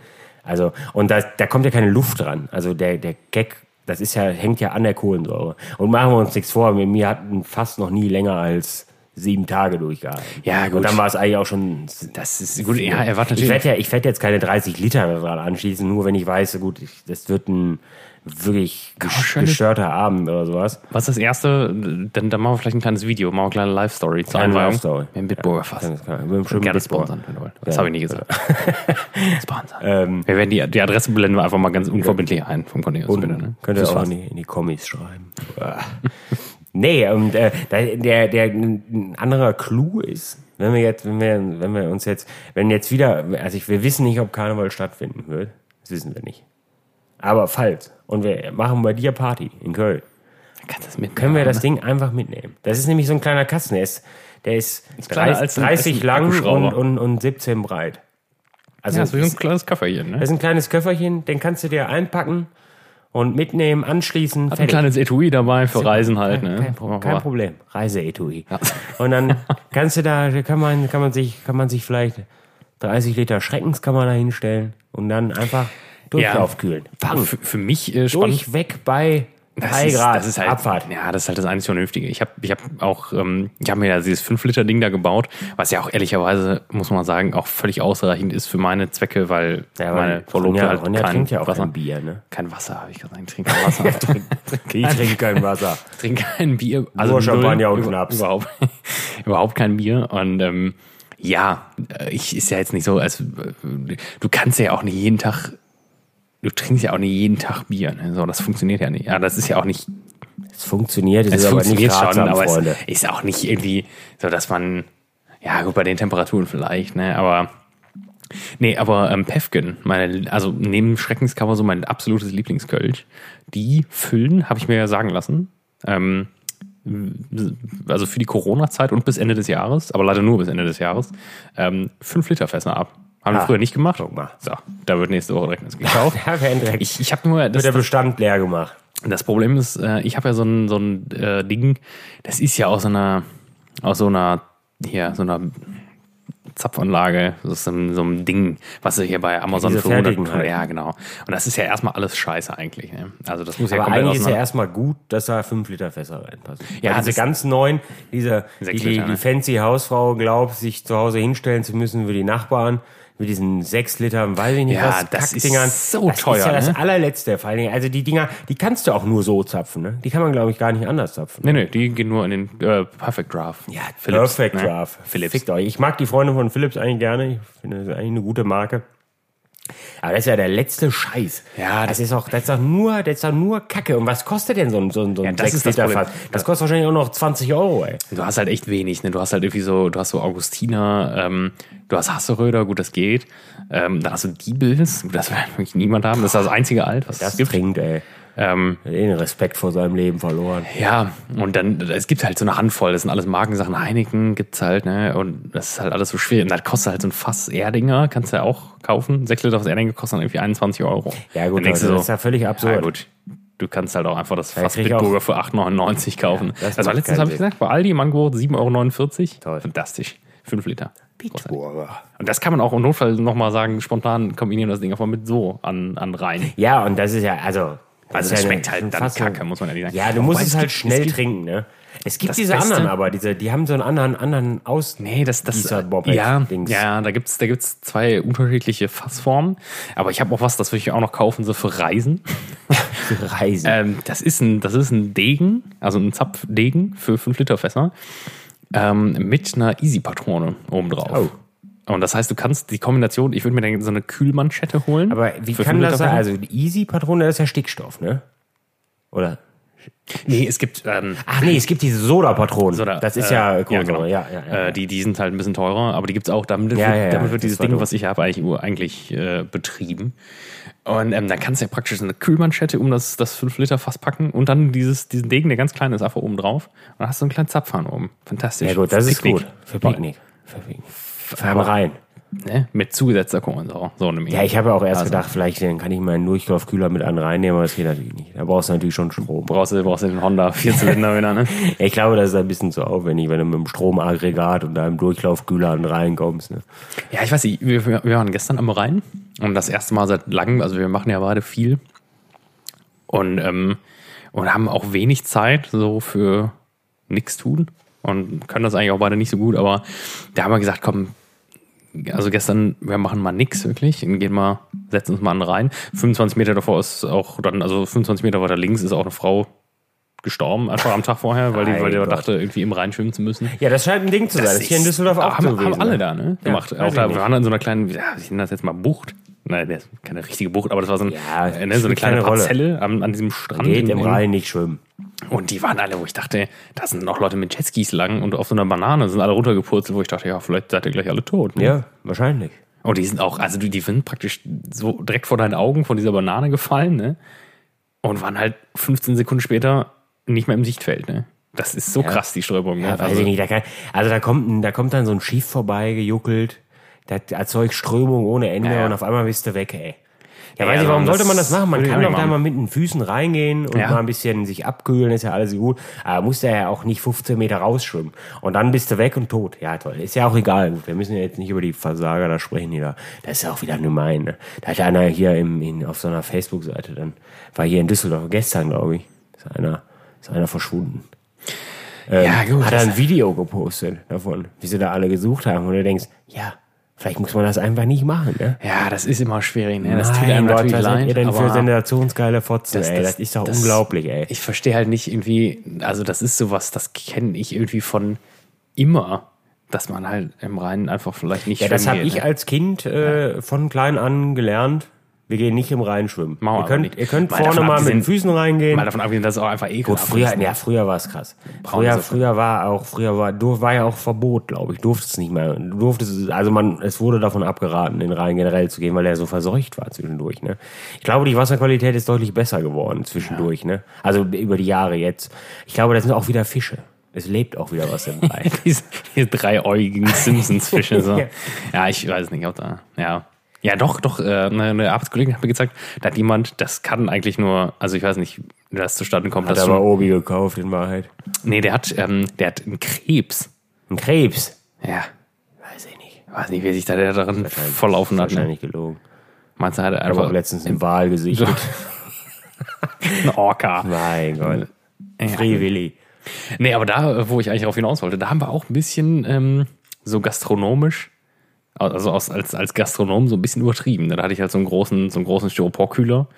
Speaker 2: also, und da, da kommt ja keine Luft dran. Also der, der Gag, das ist ja, hängt ja an der Kohlensäure. Und machen wir uns nichts vor, mit mir hat ein Fass noch nie länger als sieben Tage durchgehalten.
Speaker 1: Ja, gut.
Speaker 2: Und dann war es eigentlich auch schon
Speaker 1: Das ist gut. Ja, er war natürlich.
Speaker 2: ich werde ja, ich werd jetzt keine 30 Liter daran anschließen, nur wenn ich weiß, gut, ich, das wird ein wirklich ges-
Speaker 1: schöne-
Speaker 2: gestörter Abend oder sowas.
Speaker 1: Was ist das erste? Dann, dann machen wir vielleicht ein kleines Video, machen wir eine kleine Live-Story zur
Speaker 2: Kleine
Speaker 1: Einweihung.
Speaker 2: Live-Story.
Speaker 1: Mit dem Bitburger Fass.
Speaker 2: Das kann, mit dem schönen
Speaker 1: Gerne
Speaker 2: Bitburger.
Speaker 1: sponsern, wenn ihr wollt. Das
Speaker 2: Ja.
Speaker 1: habe ich nie gesagt. sponsern.
Speaker 2: Ähm,
Speaker 1: wir werden die, die Adresse blenden wir einfach mal ganz unverbindlich ein vom Cornelius. bitte, ne?
Speaker 2: Könnt ihr
Speaker 1: Das
Speaker 2: auch
Speaker 1: war's.
Speaker 2: in die, in die Kommis schreiben. nee, und äh, der, der, der ein anderer Clou ist, wenn wir jetzt, wenn wir, wenn wir uns jetzt, wenn jetzt wieder, also ich, wir wissen nicht, ob Karneval stattfinden wird. Das wissen wir nicht. Aber falls, und wir machen bei dir Party in Köln.
Speaker 1: Kannst das mitnehmen?
Speaker 2: können wir das Ding einfach mitnehmen. Das ist nämlich so ein kleiner Kasten. Der ist, der ist,
Speaker 1: kleiner
Speaker 2: 30,
Speaker 1: als ein- als ein
Speaker 2: lang und,
Speaker 1: Akkuschrauber.
Speaker 2: und, und 17 breit. Also
Speaker 1: Ja,
Speaker 2: das
Speaker 1: so wie ein
Speaker 2: ist,
Speaker 1: kleines Köfferchen. Ne?
Speaker 2: das ist ein kleines Köfferchen, den kannst du dir einpacken und mitnehmen, anschließen.
Speaker 1: Also Ein kleines Etui dabei für Reisen halt. Ne?
Speaker 2: Kein, Pro- kein Problem. Reiseetui.
Speaker 1: Ja.
Speaker 2: Und dann kannst du da, kann man, kann man sich, kann man sich vielleicht 30 Liter Schreckens kann man da hinstellen und dann einfach durchlaufkühlen.
Speaker 1: War
Speaker 2: Bang.
Speaker 1: Für, für mich äh, spannend.
Speaker 2: Durchweg bei
Speaker 1: Das
Speaker 2: 3
Speaker 1: ist-
Speaker 2: Grad
Speaker 1: das ist halt,
Speaker 2: Abfahrt.
Speaker 1: Ja, das ist halt das einzig Vernünftige. Ich habe ich hab auch, ähm, ich habe mir ja dieses 5-Liter-Ding da gebaut, was ja auch ehrlicherweise, muss man sagen, auch völlig ausreichend ist für meine Zwecke, weil
Speaker 2: Ja,
Speaker 1: meine
Speaker 2: weil
Speaker 1: Verlobte
Speaker 2: Ronja-
Speaker 1: halt
Speaker 2: Ronja
Speaker 1: kein
Speaker 2: trinkt ja auch
Speaker 1: Wasser.
Speaker 2: kein Bier, ne?
Speaker 1: Kein Wasser, habe ich gesagt. Ich trinke kein Wasser.
Speaker 2: Ich trinke kein Wasser.
Speaker 1: trink kein Bier. Also
Speaker 2: Nur Champagner
Speaker 1: null,
Speaker 2: und
Speaker 1: über-
Speaker 2: Schnaps.
Speaker 1: Überhaupt, überhaupt kein Bier. Und ähm, ja, äh, ich ist ja jetzt nicht so, als äh, du kannst ja auch nicht jeden Tag, du trinkst ja auch nicht jeden Tag Bier. Ne? So, das funktioniert ja nicht. Ja, das ist ja auch nicht
Speaker 2: Es funktioniert, es,
Speaker 1: es
Speaker 2: ist Also, aber nicht
Speaker 1: funktioniert
Speaker 2: ratsam,
Speaker 1: schon, aber
Speaker 2: Freunde.
Speaker 1: es ist auch nicht irgendwie so, dass man, ja gut, bei den Temperaturen vielleicht, ne, aber nee, aber ähm, Pefken, meine, also neben Schreckenskammer so mein absolutes Lieblingskölsch, die füllen, habe ich mir ja sagen lassen, ähm, also für die Corona-Zeit und bis Ende des Jahres, aber leider nur bis Ende des Jahres, ähm, fünf Liter Fässer ab. Haben wir
Speaker 2: Ah,
Speaker 1: früher nicht gemacht. Guck
Speaker 2: mal.
Speaker 1: So, da wird nächste Woche direkt was gekauft.
Speaker 2: Ja, wir haben direkt
Speaker 1: ich ich habe nur das,
Speaker 2: mit der Bestand leer gemacht.
Speaker 1: das Problem ist, äh, ich habe ja so ein, so ein äh, Ding, das ist ja aus einer, aus so einer, hier, so einer Zapfanlage, aus so einem, so einem Ding, was du hier bei Amazon
Speaker 2: Diese fertigen halt.
Speaker 1: Ja, genau. Und das ist ja erstmal alles scheiße eigentlich. Ne? Also das muss ja
Speaker 2: Aber
Speaker 1: komplett
Speaker 2: eigentlich ist
Speaker 1: auseinander.
Speaker 2: ja erstmal gut, dass da 5 Liter Fässer reinpassen.
Speaker 1: Ja,
Speaker 2: Weil diese
Speaker 1: das-
Speaker 2: ganz neuen, diese, die,
Speaker 1: Sechs
Speaker 2: die,
Speaker 1: Liter,
Speaker 2: die
Speaker 1: ne?
Speaker 2: fancy Hausfrau glaubt, sich zu Hause hinstellen zu müssen für die Nachbarn. Mit diesen 6 Litern, weiß ich nicht,
Speaker 1: Ja,
Speaker 2: was,
Speaker 1: das ist
Speaker 2: Kackdingern.
Speaker 1: so
Speaker 2: das
Speaker 1: teuer,
Speaker 2: ist ja das
Speaker 1: ne?
Speaker 2: allerletzte, vor allen Dingen. Also die Dinger, die kannst du auch nur so zapfen, ne? Die kann man, glaube ich, gar nicht anders zapfen.
Speaker 1: Nee, nee, die gehen nur in den äh, Perfect Draft.
Speaker 2: Ja,
Speaker 1: Philips,
Speaker 2: Perfect
Speaker 1: ne?
Speaker 2: Draft.
Speaker 1: Philips.
Speaker 2: Fickt euch. Ich mag die Freunde von Philips eigentlich gerne. Ich finde das ist eigentlich eine gute Marke. Aber das ist ja der letzte Scheiß.
Speaker 1: Ja,
Speaker 2: das, ist auch, das ist doch nur, das ist doch nur Kacke. Und was kostet denn so ein, so ein, so ein
Speaker 1: das ist das
Speaker 2: Liter
Speaker 1: Problem.
Speaker 2: Fass? Das kostet wahrscheinlich auch noch 20 Euro, ey.
Speaker 1: Du hast halt echt wenig, ne? Du hast halt irgendwie so, du hast so Augustiner, ähm, du hast Hasseröder, gut, das geht. Ähm, dann hast du Diebels, gut, das will halt wirklich niemand haben. Das ist das einzige Alt, was
Speaker 2: Das
Speaker 1: es gibt.
Speaker 2: trinkt, ey.
Speaker 1: Ähm,
Speaker 2: Hat eh Den Respekt vor seinem Leben verloren.
Speaker 1: ja, und dann, es gibt halt so eine Handvoll, das sind alles Markensachen, Heineken gibt's halt, ne? Und das ist halt alles so schwierig. Und dann kostet halt so ein Fass Erdinger, kannst du ja auch kaufen. Sechs Liter Fass Erdinger kostet dann irgendwie 21 Euro.
Speaker 2: Ja, gut,
Speaker 1: dann denkst du
Speaker 2: also,
Speaker 1: so,
Speaker 2: das ist ja völlig absurd.
Speaker 1: Ja, gut. Du kannst halt auch einfach das Fass
Speaker 2: krieg ich
Speaker 1: Bitburger für 8,99 kaufen. das
Speaker 2: das
Speaker 1: war
Speaker 2: macht
Speaker 1: letztens,
Speaker 2: keinen
Speaker 1: habe ich
Speaker 2: Sinn.
Speaker 1: gesagt, bei Aldi Mango 7,49 Euro.
Speaker 2: Toll.
Speaker 1: Fantastisch. 5 Liter. Großartig.
Speaker 2: Bitburger.
Speaker 1: Und das kann man auch im Notfall nochmal sagen, spontan kombinieren das Ding auch mal mit so an, an rein.
Speaker 2: Ja, und das ist ja, also.
Speaker 1: Also das
Speaker 2: ist ja eine-
Speaker 1: schmeckt halt dann
Speaker 2: fast so-
Speaker 1: kacke, muss man ehrlich sagen.
Speaker 2: Ja, du
Speaker 1: Wobei,
Speaker 2: musst es halt
Speaker 1: gibt-
Speaker 2: schnell
Speaker 1: gibt-
Speaker 2: trinken, ne? Es gibt
Speaker 1: Das
Speaker 2: diese
Speaker 1: Beste-
Speaker 2: anderen aber, diese, die haben so einen anderen, anderen Aus.
Speaker 1: Nee, das, das,
Speaker 2: Dieser Bobek
Speaker 1: ja,
Speaker 2: Dings.
Speaker 1: ja, da gibt's, da gibt's zwei unterschiedliche Fassformen. Aber ich habe auch was, das würde ich auch noch kaufen, so für Reisen.
Speaker 2: Reisen.
Speaker 1: Ähm, das, ist ein, das ist ein Degen, also ein Zapfdegen für 5 Liter Fässer ähm, mit einer Easy-Patrone obendrauf.
Speaker 2: Oh.
Speaker 1: Und das heißt, du kannst die Kombination, ich würde mir dann so eine Kühlmanschette holen.
Speaker 2: aber wie
Speaker 1: für
Speaker 2: kann
Speaker 1: 5
Speaker 2: das
Speaker 1: Liter
Speaker 2: sein?
Speaker 1: Fässer.
Speaker 2: Also, die Easy-Patrone, das ist ja Stickstoff, ne? Oder?
Speaker 1: Nee, es gibt. Ähm,
Speaker 2: Ach nee, es gibt diese Soda-Patronen.
Speaker 1: Soda,
Speaker 2: das ist
Speaker 1: äh,
Speaker 2: ja Kohlensäure,
Speaker 1: genau.
Speaker 2: ja, ja, ja.
Speaker 1: Äh, die, die sind halt ein bisschen teurer, aber die gibt's auch. Damit,
Speaker 2: Ja,
Speaker 1: wird,
Speaker 2: ja, ja,
Speaker 1: damit
Speaker 2: das
Speaker 1: wird dieses
Speaker 2: war
Speaker 1: Ding,
Speaker 2: doof.
Speaker 1: was ich habe, eigentlich, eigentlich äh, betrieben. Und ähm, dann kannst du ja praktisch so eine Kühlmanschette um das, das 5-Liter-Fass packen und dann dieses, diesen Degen, der ganz klein ist, einfach oben drauf. Und dann hast du einen kleinen Zapfhahn oben. Fantastisch.
Speaker 2: Ja gut, das
Speaker 1: Für
Speaker 2: ist
Speaker 1: Picknick.
Speaker 2: gut. Für Picknick. Für Picknick. Fahren rein.
Speaker 1: Ne? Mit zugesetzter Kohlensäure. So eine Menge.
Speaker 2: Ja, ich habe ja auch erst gedacht, vielleicht dann kann ich meinen Durchlaufkühler mit an reinnehmen, aber das geht natürlich nicht. Da brauchst du natürlich schon Strom.
Speaker 1: brauchst du brauchst du den Honda Vierzylinder wieder, ne?
Speaker 2: Ja, ich glaube, das ist ein bisschen zu aufwendig, wenn du mit dem Stromaggregat und einem Durchlaufkühler an reinkommst. Ne?
Speaker 1: Ja, ich weiß nicht, wir, wir waren gestern am Rhein und das erste Mal seit langem, also wir machen ja beide viel und, ähm, und haben auch wenig Zeit so für nichts tun und können das eigentlich auch beide nicht so gut, aber da haben wir gesagt, komm, also gestern, wir machen mal nix wirklich und gehen mal, setzen uns mal an den Rhein. 25 Meter davor ist auch dann, also 25 Meter weiter links ist auch eine Frau gestorben, einfach am Tag vorher, weil die, weil die
Speaker 2: Mein Gott.
Speaker 1: dachte, irgendwie im Rhein schwimmen zu müssen.
Speaker 2: Ja, das scheint ein Ding zu sein. Das ist hier in Düsseldorf auch
Speaker 1: haben,
Speaker 2: so gewesen,
Speaker 1: haben alle
Speaker 2: ne?
Speaker 1: da, ne? Gemacht.
Speaker 2: weiß
Speaker 1: auch
Speaker 2: ich
Speaker 1: da,
Speaker 2: nicht.
Speaker 1: wir waren da in so einer kleinen, ja, ich nenne das jetzt mal Bucht. Nein, das ist keine richtige Bucht, aber das war so, ein,
Speaker 2: Ja,
Speaker 1: äh, ne, so eine
Speaker 2: spielt
Speaker 1: kleine
Speaker 2: keine Rolle.
Speaker 1: Parzelle an, an diesem Strand.
Speaker 2: Geht
Speaker 1: in-
Speaker 2: im
Speaker 1: in-
Speaker 2: Rhein nicht schwimmen.
Speaker 1: Und die waren alle, wo ich dachte, da sind noch Leute mit Jetskis lang und auf so einer Banane sind alle runtergepurzelt, wo ich dachte, ja, vielleicht seid ihr gleich alle tot. Ne?
Speaker 2: Ja, wahrscheinlich.
Speaker 1: Und die sind auch, also die, die sind praktisch so direkt vor deinen Augen von dieser Banane gefallen, ne? Und waren halt 15 Sekunden später nicht mehr im Sichtfeld, ne? Das ist so krass, die Strömung. Ne?
Speaker 2: Ja, weiß ich nicht. Da kann, also da kommt, ein- da kommt dann so ein Schiff vorbei, gejuckelt. Das erzeugt Strömung ohne Ende
Speaker 1: Ja, ja.
Speaker 2: und auf einmal bist du weg, ey.
Speaker 1: Ja,
Speaker 2: Ja, weiß ich,
Speaker 1: also
Speaker 2: warum
Speaker 1: das
Speaker 2: sollte man das machen? Man
Speaker 1: würde ich
Speaker 2: kann
Speaker 1: auch
Speaker 2: doch
Speaker 1: nicht
Speaker 2: da mal
Speaker 1: machen.
Speaker 2: mit den Füßen reingehen und
Speaker 1: Ja.
Speaker 2: mal ein bisschen sich abkühlen, ist ja alles gut. Aber muss ja auch nicht 15 Meter rausschwimmen. Und dann bist du weg und tot. Ja, toll. Ist ja auch egal. Gut, wir müssen ja jetzt nicht über die Versager da sprechen, die da. Das ist ja auch wieder eine Meine. Da hat einer hier im, in, auf so einer Facebook-Seite dann, war hier in Düsseldorf gestern, glaube ich, ist einer, ist einer verschwunden.
Speaker 1: Ja, gut,
Speaker 2: Ähm, Hat er
Speaker 1: das-
Speaker 2: ein Video gepostet davon, wie sie da alle gesucht haben. Und du denkst, ja, vielleicht muss man das einfach nicht machen. Ne?
Speaker 1: Ja, das ist immer schwierig. Ne? Das tut
Speaker 2: Mein
Speaker 1: einem
Speaker 2: Gott,
Speaker 1: natürlich
Speaker 2: was seid
Speaker 1: leid.
Speaker 2: ihr denn für
Speaker 1: aber
Speaker 2: sensationsgeile Fotzen,
Speaker 1: Das-
Speaker 2: ey? Das,
Speaker 1: das-
Speaker 2: ist doch
Speaker 1: das-
Speaker 2: unglaublich, ey.
Speaker 1: ich verstehe halt nicht irgendwie, also das ist sowas, das kenne ich irgendwie von immer, dass man halt im Rhein einfach vielleicht nicht
Speaker 2: Ja, das
Speaker 1: schwimmen
Speaker 2: habe
Speaker 1: geht,
Speaker 2: ich
Speaker 1: ne?
Speaker 2: als Kind äh, von klein an gelernt. Wir gehen nicht im Rhein schwimmen.
Speaker 1: Machen wir
Speaker 2: Ihr
Speaker 1: aber
Speaker 2: könnt,
Speaker 1: nicht.
Speaker 2: ihr könnt
Speaker 1: Mal
Speaker 2: vorne
Speaker 1: davon
Speaker 2: mal mit den
Speaker 1: abgesehen-
Speaker 2: Füßen reingehen.
Speaker 1: Mal davon abgesehen, dass es auch einfach
Speaker 2: Gut,
Speaker 1: ekelhaft
Speaker 2: früher,
Speaker 1: ist. ne?
Speaker 2: ja, früher war es krass.
Speaker 1: Braune
Speaker 2: Früher,
Speaker 1: Suppe.
Speaker 2: früher war auch, früher war, durf, war ja auch Verbot, glaube ich. Durfte es nicht mehr. Durfte es, also man, es wurde davon abgeraten, in den Rhein generell zu gehen, weil er so verseucht war zwischendurch, ne? Ich glaube, die Wasserqualität ist deutlich besser geworden zwischendurch, ne? Also über die Jahre jetzt. Ich glaube, das sind auch wieder Fische. Es lebt auch wieder was im Rhein.
Speaker 1: diese, diese dreiäugigen Simpsons-Fische. So.
Speaker 2: Ja.
Speaker 1: Ja, ich weiß nicht, ob da. Ja. Ja, doch, doch. äh, Eine, eine Arbeitskollegin hat mir gezeigt, da hat jemand, das kann eigentlich nur, also ich weiß nicht, wie das zustande kommt.
Speaker 2: Hat
Speaker 1: dass
Speaker 2: aber
Speaker 1: du,
Speaker 2: Obi gekauft, in Wahrheit.
Speaker 1: nee, der hat, ähm, der hat einen Krebs.
Speaker 2: Ein Krebs.
Speaker 1: Ja.
Speaker 2: Weiß ich nicht.
Speaker 1: Weiß nicht, wie sich da der darin volllaufen hat. Ne?
Speaker 2: Wahrscheinlich gelogen.
Speaker 1: Meinst du, hat er
Speaker 2: Ich
Speaker 1: einfach
Speaker 2: habe auch letztens einen Wal gesichtet.
Speaker 1: ein Orca?
Speaker 2: mein Gott. Free Willy.
Speaker 1: Nee, aber da, äh, wo ich eigentlich darauf hinaus wollte, da haben wir auch ein bisschen ähm, so gastronomisch, also aus, als, als Gastronom so ein bisschen übertrieben. Da hatte ich halt so einen großen, so einen großen Styroporkühler.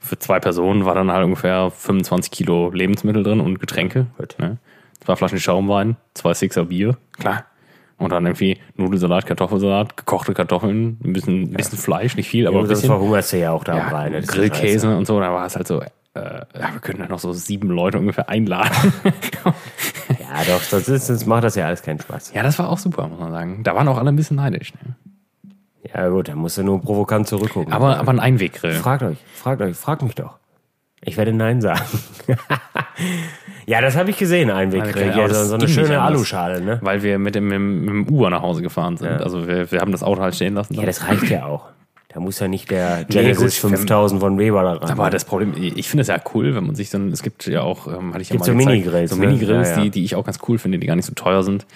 Speaker 1: Für zwei Personen war dann halt ungefähr 25 Kilo Lebensmittel drin und Getränke. Ne? Zwei Flaschen Schaumwein, zwei Sixer Bier. Klar. Und dann irgendwie Nudelsalat, Kartoffelsalat, gekochte Kartoffeln, ein bisschen, ein bisschen Fleisch, nicht viel, aber ein
Speaker 2: das
Speaker 1: bisschen.
Speaker 2: verhungerst du ja auch da am Rhein. das ist scheiße.
Speaker 1: Grillkäse und so, da war es halt so, äh, ja, wir können da noch so sieben Leute ungefähr einladen.
Speaker 2: Ja, doch, sonst, ist, sonst macht das ja alles keinen Spaß.
Speaker 1: ja, das war auch super, muss man sagen. Da waren auch alle ein bisschen neidisch. Ne?
Speaker 2: Ja, gut, dann musst du nur provokant zurückgucken.
Speaker 1: Aber, aber ein Einweggrill.
Speaker 2: Fragt euch, fragt euch, fragt mich doch. Ich werde Nein sagen. ja, das habe ich gesehen, Einweggrill.
Speaker 1: Einweggrill,
Speaker 2: Ja,
Speaker 1: aber
Speaker 2: so,
Speaker 1: das
Speaker 2: so eine
Speaker 1: ging nicht
Speaker 2: schöne
Speaker 1: anders.
Speaker 2: Aluschale, ne?
Speaker 1: Weil wir mit dem, mit dem mit dem Uber nach Hause gefahren sind. Also wir, wir haben das Auto halt stehen lassen.
Speaker 2: Ja, das reicht ja auch. Da muss ja nicht der Genesis
Speaker 1: gut, wenn-
Speaker 2: 5000 von Weber da rein.
Speaker 1: Aber das Problem, ich finde es ja cool, wenn man sich dann, es gibt ja auch, ähm, hatte ich ja
Speaker 2: Gibt
Speaker 1: mal
Speaker 2: so
Speaker 1: gezeigt,
Speaker 2: Minigrills,
Speaker 1: so
Speaker 2: ne?
Speaker 1: Minigrills,
Speaker 2: Ja, ja.
Speaker 1: Die, die ich auch ganz cool finde, die gar nicht so teuer sind.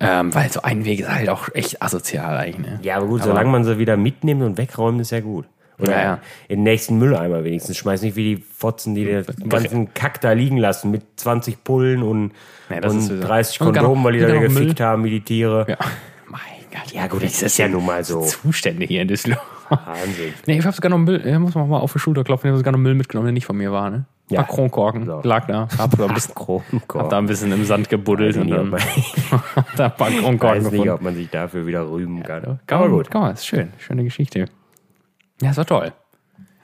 Speaker 1: Ähm, weil so ein Weg ist halt auch echt asozial eigentlich. Ne?
Speaker 2: ja, aber gut, solange man sie wieder mitnimmt und wegräumt, ist ja gut. Oder
Speaker 1: Ja, ja.
Speaker 2: in den nächsten Mülleimer wenigstens. Schmeiß nicht wie die Fotzen, die den ganzen Kack da liegen lassen mit 20 Pullen und,
Speaker 1: Nee, das ist
Speaker 2: und
Speaker 1: sowieso-
Speaker 2: 30
Speaker 1: Und gar noch-
Speaker 2: Kondomen, weil die
Speaker 1: und
Speaker 2: da
Speaker 1: gar noch
Speaker 2: gefickt haben wie die Tiere.
Speaker 1: Ja. Mein Gott.
Speaker 2: Ja, gut, das ist ja nun mal so.
Speaker 1: Zustände hier in Düsseldorf.
Speaker 2: Wahnsinn.
Speaker 1: Nee, ich habe sogar noch Müll, ja, muss man mal auf die Schulter klopfen, ich habe sogar noch Müll mitgenommen, der nicht von mir war, ne?
Speaker 2: Ja.
Speaker 1: Ja. Paar Kronkorken,
Speaker 2: So.
Speaker 1: lag da, hab da ein bisschen,
Speaker 2: Kronkorken.
Speaker 1: hab da ein bisschen im Sand gebuddelt
Speaker 2: Weiß
Speaker 1: und
Speaker 2: nicht,
Speaker 1: dann
Speaker 2: ob
Speaker 1: hab da ein paar Kronkorken
Speaker 2: weiß nicht,
Speaker 1: gefunden.
Speaker 2: ob man sich dafür wieder rühmen kann.
Speaker 1: Kann man, gut. Kann man, ist schön, schöne Geschichte. Ja, es war toll.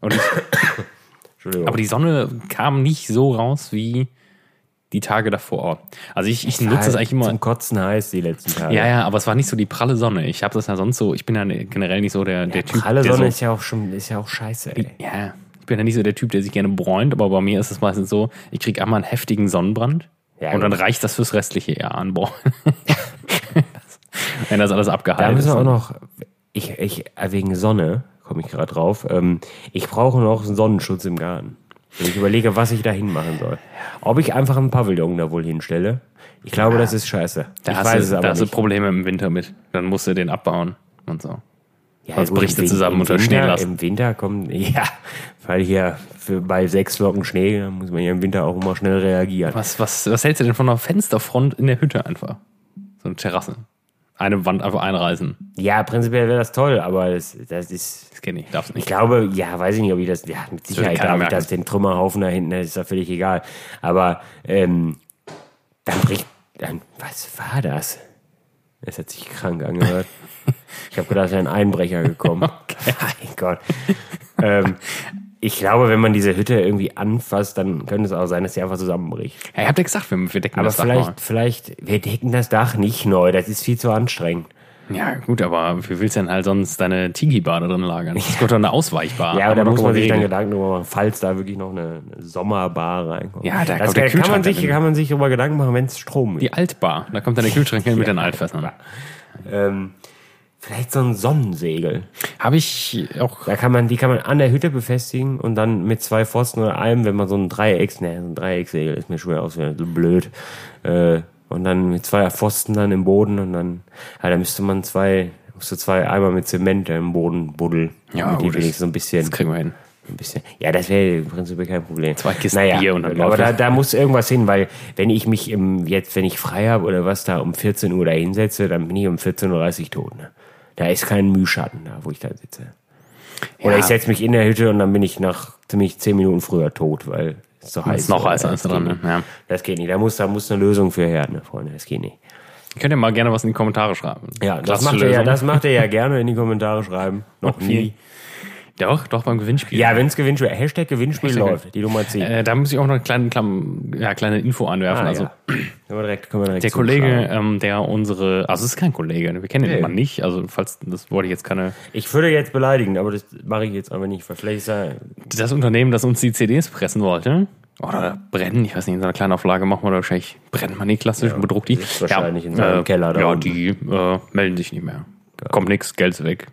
Speaker 1: Und ich,
Speaker 2: Entschuldigung.
Speaker 1: aber die Sonne kam nicht so raus wie die Tage davor. Also ich, ich nutze das eigentlich immer.
Speaker 2: Halt Zum Kotzen heiß die letzten Tage.
Speaker 1: Ja, ja, aber es war nicht so die pralle Sonne. Ich habe das ja sonst so, ich bin ja generell nicht so der, der Typ,
Speaker 2: Pralle
Speaker 1: der
Speaker 2: Sonne
Speaker 1: so
Speaker 2: ist ja auch schon, ist ja auch scheiße, ey.
Speaker 1: ja, ich bin ja nicht so der Typ, der sich gerne bräunt, aber bei mir ist es meistens so, ich krieg einmal einen heftigen Sonnenbrand
Speaker 2: Ja,
Speaker 1: und dann
Speaker 2: gut.
Speaker 1: reicht das fürs restliche Jahr an Bräunen. Wenn das alles
Speaker 2: Da
Speaker 1: abgeheilt ist.
Speaker 2: müssen wir auch noch, ich, ich, äh, wegen Sonne komme ich gerade drauf, ähm, ich brauche noch einen Sonnenschutz im Garten. Wenn ich überlege, was ich da hinmachen soll. Ob ich einfach einen Pavillon da wohl hinstelle. Ich glaube, das ist scheiße.
Speaker 1: da
Speaker 2: ich
Speaker 1: hast, du, da hast du Probleme im Winter mit. Dann musst du den abbauen und so.
Speaker 2: Ja,
Speaker 1: sonst
Speaker 2: gut,
Speaker 1: bricht
Speaker 2: im
Speaker 1: er
Speaker 2: Win-
Speaker 1: zusammen
Speaker 2: im
Speaker 1: unter
Speaker 2: Winter,
Speaker 1: Schneelast.
Speaker 2: Im Winter kommen, ja, weil hier für, bei sechs Flocken Schnee da muss man ja im Winter auch immer schnell reagieren.
Speaker 1: Was, was, was hältst du denn von einer Fensterfront in der Hütte einfach? So eine Terrasse. Eine Wand einfach einreißen.
Speaker 2: Ja, prinzipiell wäre das toll, aber das, das ist.
Speaker 1: Das geht nicht, darfst
Speaker 2: Ich
Speaker 1: nicht.
Speaker 2: glaube, ja, weiß ich nicht, ob ich das, ja, mit Sicherheit
Speaker 1: keiner
Speaker 2: darf ich
Speaker 1: merken.
Speaker 2: das, den Trümmerhaufen da hinten, das ist ja völlig egal. Aber, ähm, dann bricht, dann, was war das? Es hat sich krank angehört. ich habe gedacht, da ist ein Einbrecher gekommen. Mein Gott. ähm, ich glaube, wenn man diese Hütte irgendwie anfasst, dann könnte es auch sein, dass sie einfach zusammenbricht.
Speaker 1: Ja, ich hab dir gesagt, wir, wir decken
Speaker 2: Aber
Speaker 1: das Dach
Speaker 2: vielleicht, vielleicht, wir decken das Dach nicht neu, das ist viel zu anstrengend.
Speaker 1: mal. Ja, gut, aber wie willst du denn halt sonst deine Tiki-Bar da drin lagern? Das gehört doch eine Ausweichbar.
Speaker 2: Ja, aber
Speaker 1: Aber
Speaker 2: da muss
Speaker 1: guck
Speaker 2: man
Speaker 1: mal,
Speaker 2: sich dann
Speaker 1: Regel.
Speaker 2: Gedanken drüber machen, falls da wirklich noch eine eine Sommerbar reinkommt.
Speaker 1: Ja, da
Speaker 2: das
Speaker 1: kommt der
Speaker 2: kann, kann, man
Speaker 1: Kühlschrank
Speaker 2: sich,
Speaker 1: dann in.
Speaker 2: kann man sich darüber Gedanken machen, wenn es Strom gibt.
Speaker 1: Die Altbar. Da kommt dann der Kühlschrank hin mit den Altfässern.
Speaker 2: Ähm, vielleicht so ein Sonnensegel.
Speaker 1: Habe ich auch.
Speaker 2: Da kann man, die kann man an der Hütte befestigen und dann mit zwei Pfosten oder einem, wenn man so ein Dreiecks, ne, so ein Dreieckssegel ist mir schwer aus, so blöd. Äh, und dann mit zwei Pfosten dann im Boden und dann, ja, da müsste man zwei, musste zwei Eimer mit Zement da im Boden buddeln.
Speaker 1: Ja,
Speaker 2: damit die
Speaker 1: gut, das-
Speaker 2: wenigstens so ein bisschen.
Speaker 1: Das kriegen wir hin.
Speaker 2: Ein bisschen. Ja, das wäre im Prinzip kein Problem.
Speaker 1: Zwei Kisten Bier und dann
Speaker 2: Aber
Speaker 1: läuft
Speaker 2: da,
Speaker 1: das.
Speaker 2: da muss irgendwas hin, weil wenn ich mich im, jetzt, wenn ich frei habe oder was da um 14 Uhr da hinsetze, dann bin ich um 14.30 Uhr tot. Ne? Da ist kein Mühschatten da, wo ich da sitze. Oder
Speaker 1: Ja.
Speaker 2: ich setze mich in der Hütte und dann bin ich nach ziemlich 10 Minuten früher tot, weil es so heiß
Speaker 1: Ist noch
Speaker 2: oder?
Speaker 1: heißer als
Speaker 2: Das
Speaker 1: dran.
Speaker 2: geht
Speaker 1: Ne?
Speaker 2: nicht.
Speaker 1: Ja.
Speaker 2: Das geht nicht. Da muss, da muss eine Lösung für her, ne, Freunde. Das geht nicht.
Speaker 1: Könnt ihr mal gerne was in die Kommentare schreiben.
Speaker 2: Ja, das
Speaker 1: Klassische
Speaker 2: macht, ihr ja,
Speaker 1: Lösung.
Speaker 2: das macht ihr ja gerne in die Kommentare schreiben. Noch nie.
Speaker 1: Doch, doch beim Gewinnspiel.
Speaker 2: Ja, wenn's Gewinnspiel, Hashtag Gewinnspiel
Speaker 1: Hashtag-
Speaker 2: läuft, die Nummer 10.
Speaker 1: Äh, da muss ich auch noch eine kleine, kleine, ja, kleine Info anwerfen.
Speaker 2: Ah,
Speaker 1: also,
Speaker 2: ja. können wir direkt, können wir direkt
Speaker 1: Der
Speaker 2: zuschlagen.
Speaker 1: Kollege, ähm, der unsere, also es ist kein Kollege, ne? wir kennen den
Speaker 2: Nee.
Speaker 1: Mann nicht, also falls, das wollte ich jetzt keine,
Speaker 2: Ich würde jetzt beleidigen, aber das mache ich jetzt aber nicht. weil Vielleicht ist er,
Speaker 1: das Unternehmen, das uns die CDs pressen wollte, oder brennen, ich weiß nicht, in so einer kleinen Auflage machen wir da wahrscheinlich, brennt man die klassisch und bedruckt die.
Speaker 2: sitzt wahrscheinlich in seinem Keller da
Speaker 1: Ja,
Speaker 2: unten.
Speaker 1: die äh, melden sich nicht mehr. Kommt nix, Geld ist weg.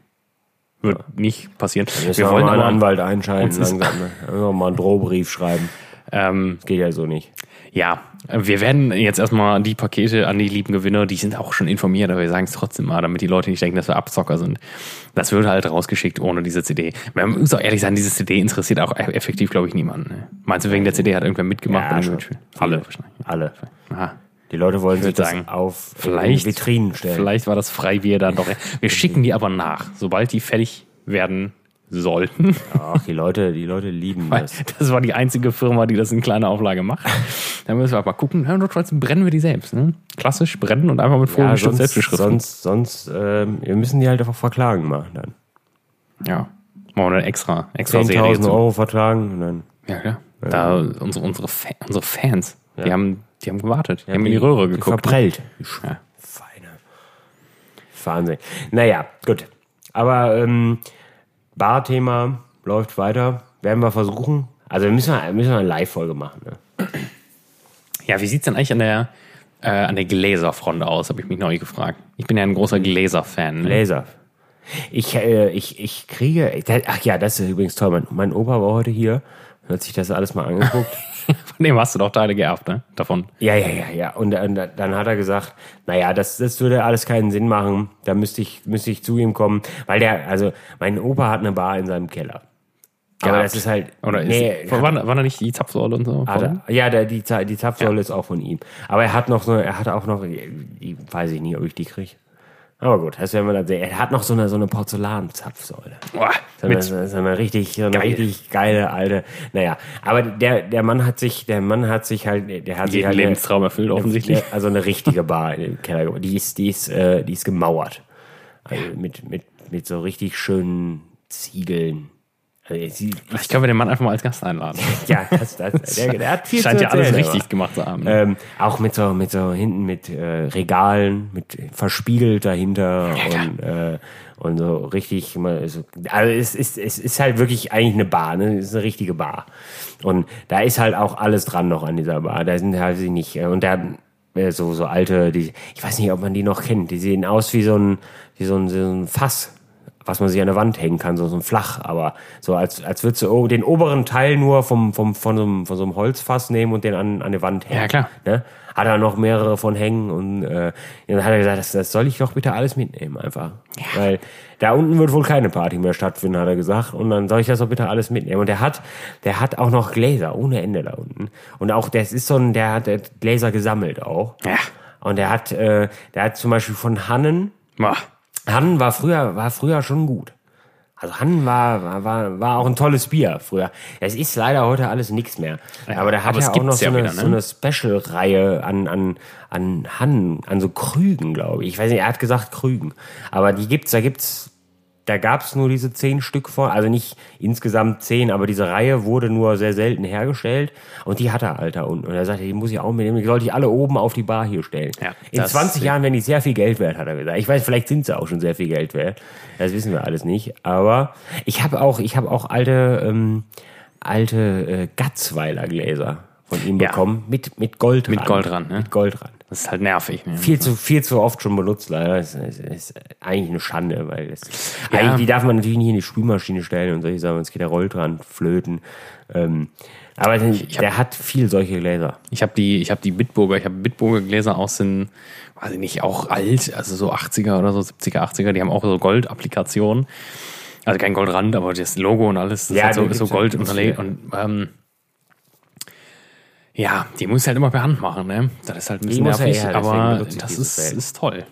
Speaker 1: Wird nicht passieren.
Speaker 2: müssen wir
Speaker 1: Wir wollen
Speaker 2: mal einen
Speaker 1: aber,
Speaker 2: Anwalt einschalten langsam. Ne? Einfach mal einen Drohbrief schreiben.
Speaker 1: ähm,
Speaker 2: Das geht ja so nicht.
Speaker 1: Ja, wir werden jetzt erstmal die Pakete an die lieben Gewinner, die sind auch schon informiert, aber wir sagen es trotzdem mal, damit die Leute nicht denken, dass wir Abzocker sind. Das wird halt rausgeschickt ohne diese CD. Man muss auch ehrlich sein, diese CD interessiert auch e-, effektiv, glaube ich, niemanden. Ne? Meinst du, wegen der CD hat irgendwer mitgemacht?
Speaker 2: Ja,
Speaker 1: bei dem
Speaker 2: schon.
Speaker 1: Gewinnspiel? Alle wahrscheinlich.
Speaker 2: Alle.
Speaker 1: Aha.
Speaker 2: Die Leute wollen sich
Speaker 1: würd
Speaker 2: das
Speaker 1: sagen,
Speaker 2: auf äh,
Speaker 1: Vielleicht,
Speaker 2: Vitrinen stellen.
Speaker 1: vielleicht war das Freibier dann doch. Wir schicken die aber nach. Sobald die fertig werden, sollten.
Speaker 2: Ach, die Leute, die Leute lieben
Speaker 1: Weil
Speaker 2: das.
Speaker 1: das war die einzige Firma, die das in kleiner Auflage macht. Da müssen wir aber gucken, ja, notfalls brennen wir die selbst. Ne? Klassisch brennen und einfach mit Folie
Speaker 2: Ja,
Speaker 1: bestimmt selbst
Speaker 2: sonst,
Speaker 1: beschriften.
Speaker 2: sonst, sonst ähm, wir müssen die halt einfach verklagen machen dann.
Speaker 1: Ja. Machen wir eine extra, extra Serie
Speaker 2: 10.000
Speaker 1: zu.
Speaker 2: Euro verklagen und dann.
Speaker 1: Ja, klar. Da unsere, unsere, Fa unsere Fans, die,
Speaker 2: Ja.
Speaker 1: haben, die haben gewartet. Die haben in die Röhre geguckt.
Speaker 2: Verprellt.
Speaker 1: Ja.
Speaker 2: Feine. Wahnsinn. Naja, gut. Aber ähm, Bar-Thema läuft weiter. Werden wir versuchen. Also wir müssen wir müssen wir eine Live-Folge machen. Ne?
Speaker 1: Ja, wie sieht's denn eigentlich an der, äh, an der Gläserfront aus, habe ich mich neulich gefragt. Ich bin ja ein großer Gläser-Fan. Ne?
Speaker 2: Laser. Ich, äh, ich, ich kriege. Ach ja, das ist übrigens toll. Mein, mein Opa war heute hier. Hat sich das alles mal angeguckt.
Speaker 1: Von dem hast du doch Teile geerbt, ne? Davon.
Speaker 2: Ja, ja, ja, ja. Und dann, dann hat er gesagt, naja, das, das würde alles keinen Sinn machen. Da müsste ich, müsste ich zu ihm kommen. Weil der, also mein Opa hat eine Bar in seinem Keller. Aber
Speaker 1: Gehabt.
Speaker 2: das ist halt.
Speaker 1: Oder ist,
Speaker 2: nee, Ah,
Speaker 1: war, war, war da nicht die Zapfsäule und so?
Speaker 2: hat
Speaker 1: von?
Speaker 2: er, ja, der, die, Za- die Zapfsäule ist auch von ihm. Aber er hat noch so, er hat auch noch, die, weiß ich nicht, ob ich die kriege. Aber gut, das werden wir dann sehen. Er hat noch so eine, so eine Porzellan-Zapfsäule.
Speaker 1: Boah,
Speaker 2: So eine,
Speaker 1: mit,
Speaker 2: so so eine richtig, so eine
Speaker 1: Geil.
Speaker 2: richtig geile alte. Naja, aber der, der Mann hat sich, der Mann hat sich halt, der hat sich
Speaker 1: jeden
Speaker 2: halt eine-
Speaker 1: Lebenstraum erfüllt, offensichtlich.
Speaker 2: also eine richtige Bar in dem Keller. gebaut. Die ist, die ist, äh, die ist gemauert. Also mit, mit, mit so richtig schönen Ziegeln. Also es sieht-
Speaker 1: Ich glaube, den Mann einfach mal als Gast einladen.
Speaker 2: ja, das, das, der, der hat viel
Speaker 1: Scheint
Speaker 2: zu
Speaker 1: ja alles
Speaker 2: erzählen,
Speaker 1: richtig gemacht zu haben.
Speaker 2: aber, Ähm, auch mit so, mit so hinten mit äh, Regalen, mit verspiegelt dahinter und, äh, und so richtig. mal So, also es ist, es ist halt wirklich eigentlich eine Bar, ne? Es ist eine richtige Bar. Und da ist halt auch alles dran noch an dieser Bar. Da sind halt sie nicht. äh, Und da äh, so, so alte, die, ich weiß nicht, ob man die noch kennt. Die sehen aus wie so ein, wie so ein, so ein Fass was man sich an der Wand hängen kann, so, so ein Flach, aber so als, als würdest du oh, den oberen Teil nur vom, vom, von, so einem, von so einem Holzfass nehmen und den an, an die Wand hängen.
Speaker 1: Ja, klar.
Speaker 2: Ne? Hat er noch mehrere von hängen und äh, dann hat er gesagt, das, das soll ich doch bitte alles mitnehmen einfach. Weil da unten wird wohl keine Party mehr stattfinden, hat er gesagt. Und dann soll ich das doch bitte alles mitnehmen. Und der hat, der hat auch noch Gläser ohne Ende da unten. Und auch, das ist so ein, der hat äh, Gläser gesammelt auch.
Speaker 1: Ja.
Speaker 2: Und der hat, äh, der hat zum Beispiel von Hannen,
Speaker 1: Boah.
Speaker 2: Hannen war früher, war früher schon gut. Also Hannen war, war, war, war auch ein tolles Bier früher. Es ist leider heute alles nichts mehr. aber da hat
Speaker 1: aber es
Speaker 2: er auch noch
Speaker 1: gibt's
Speaker 2: so
Speaker 1: ja
Speaker 2: eine,
Speaker 1: wieder, ne?
Speaker 2: so eine Special-Reihe an, an, an Hannen, an so Krügen, glaube ich. Ich weiß nicht, er hat gesagt Krügen. Aber die gibt's, da gibt's, da gab's nur diese zehn Stück von, also nicht insgesamt zehn, aber diese Reihe wurde nur sehr selten hergestellt. Und die hat er, Alter. Und, und er sagte, die muss ich auch mitnehmen. Die sollte ich alle oben auf die Bar hier stellen.
Speaker 1: Ja,
Speaker 2: In
Speaker 1: das-
Speaker 2: 20 Jahren werden die sehr viel Geld wert, hat er gesagt. Ich weiß, vielleicht sind sie auch schon sehr viel Geld wert. Das wissen wir alles nicht. Aber ich habe auch, ich habe auch alte, ähm, alte äh, Gatzweiler Gläser von ihm
Speaker 1: Ja.
Speaker 2: bekommen mit mit Goldrand.
Speaker 1: Mit Goldrand, ne?
Speaker 2: Mit Goldrand.
Speaker 1: Das ist halt nervig. Ne?
Speaker 2: Viel zu viel zu oft schon benutzt leider. Das ist, ist eigentlich eine Schande, weil es
Speaker 1: Ja.
Speaker 2: eigentlich die darf man natürlich nicht in die Spülmaschine stellen und solche Sachen. Es geht der Rolldrand, Flöten. Ähm, aber der hat viel solche Gläser.
Speaker 1: Ich habe die, ich habe die Bitburger, ich habe Bitburger Gläser aus den, weiß ich nicht, auch alt, also so 80er oder so 70er, 80er. Die haben auch so Gold-Applikationen. Also kein Goldrand, aber das Logo und alles, das
Speaker 2: Ja,
Speaker 1: ja, ist,
Speaker 2: die
Speaker 1: so, ist so
Speaker 2: gibt's ja.
Speaker 1: Gold unterlegt und ähm, ja, die muss halt immer per Hand machen, ne? Das ist halt ein bisschen
Speaker 2: muss er
Speaker 1: nervig,
Speaker 2: eher, deswegen
Speaker 1: aber
Speaker 2: benutze ich
Speaker 1: das
Speaker 2: dieses
Speaker 1: ist,
Speaker 2: Feld.
Speaker 1: ist toll.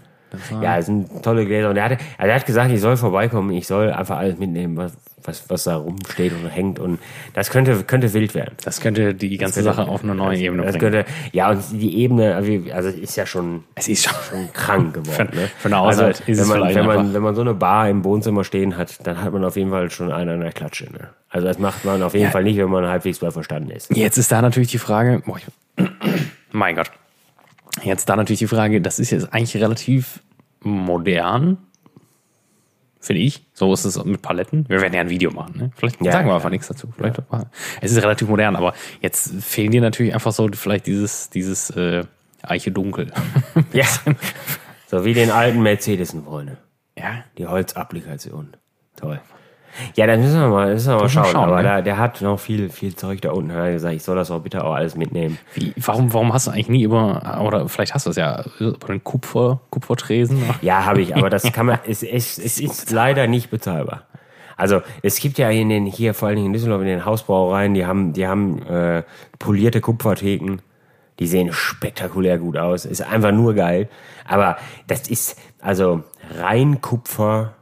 Speaker 1: Ah.
Speaker 2: Ja, es sind tolle Gläser. Und er, hatte, also er hat gesagt, ich soll vorbeikommen, ich soll einfach alles mitnehmen, was, was, was da rumsteht und hängt. Und das könnte, könnte wild werden.
Speaker 1: Das könnte die ganze Sache auf eine neue Ebene
Speaker 2: Das
Speaker 1: bringen.
Speaker 2: könnte, ja, und die Ebene, also wie- also ist ja schon
Speaker 1: Es ist schon.
Speaker 2: schon krank geworden. Ne?
Speaker 1: für eine Haushalt ist es
Speaker 2: wenn, man,
Speaker 1: vielleicht
Speaker 2: wenn,
Speaker 1: einfach.
Speaker 2: man, wenn man so eine Bar im Wohnzimmer stehen hat, dann hat man auf jeden Fall schon einen an der Klatsche. Ne? Also das macht man auf jeden Fall nicht, wenn man halbwegs bei Verstanden ist.
Speaker 1: Jetzt ist da natürlich die Frage, boah, ich, mein Gott. Jetzt da natürlich die Frage, das ist jetzt eigentlich relativ modern, finde ich. So ist es mit Paletten. Wir werden ja ein Video machen, ne? Vielleicht
Speaker 2: Ja,
Speaker 1: sagen wir einfach nichts dazu. Vielleicht auch mal. Es ist relativ modern, aber jetzt fehlen dir natürlich einfach so vielleicht dieses, dieses äh, Eiche Dunkel.
Speaker 2: Ja. So wie den alten Mercedesen, Freunde.
Speaker 1: ja.
Speaker 2: Die Holzapplikation. Toll. Ja, dann müssen wir mal, müssen wir mal schauen.
Speaker 1: schauen,
Speaker 2: Aber
Speaker 1: ne?
Speaker 2: da, der hat noch viel, viel Zeug da unten. Er hat gesagt, ich soll das auch bitte auch alles mitnehmen.
Speaker 1: Wie, warum, warum hast du eigentlich nie über, oder vielleicht hast du es ja, über den Kupfer, Kupfertresen?
Speaker 2: Ja, habe ich, aber das kann man, es, es, es ist leider nicht bezahlbar. Also es gibt ja in den, hier vor allen Dingen in Düsseldorf, in den Hausbrauereien, die haben, die haben äh, polierte Kupfertheken. Die sehen spektakulär gut aus. Ist einfach nur geil. Aber das ist, also rein Kupfer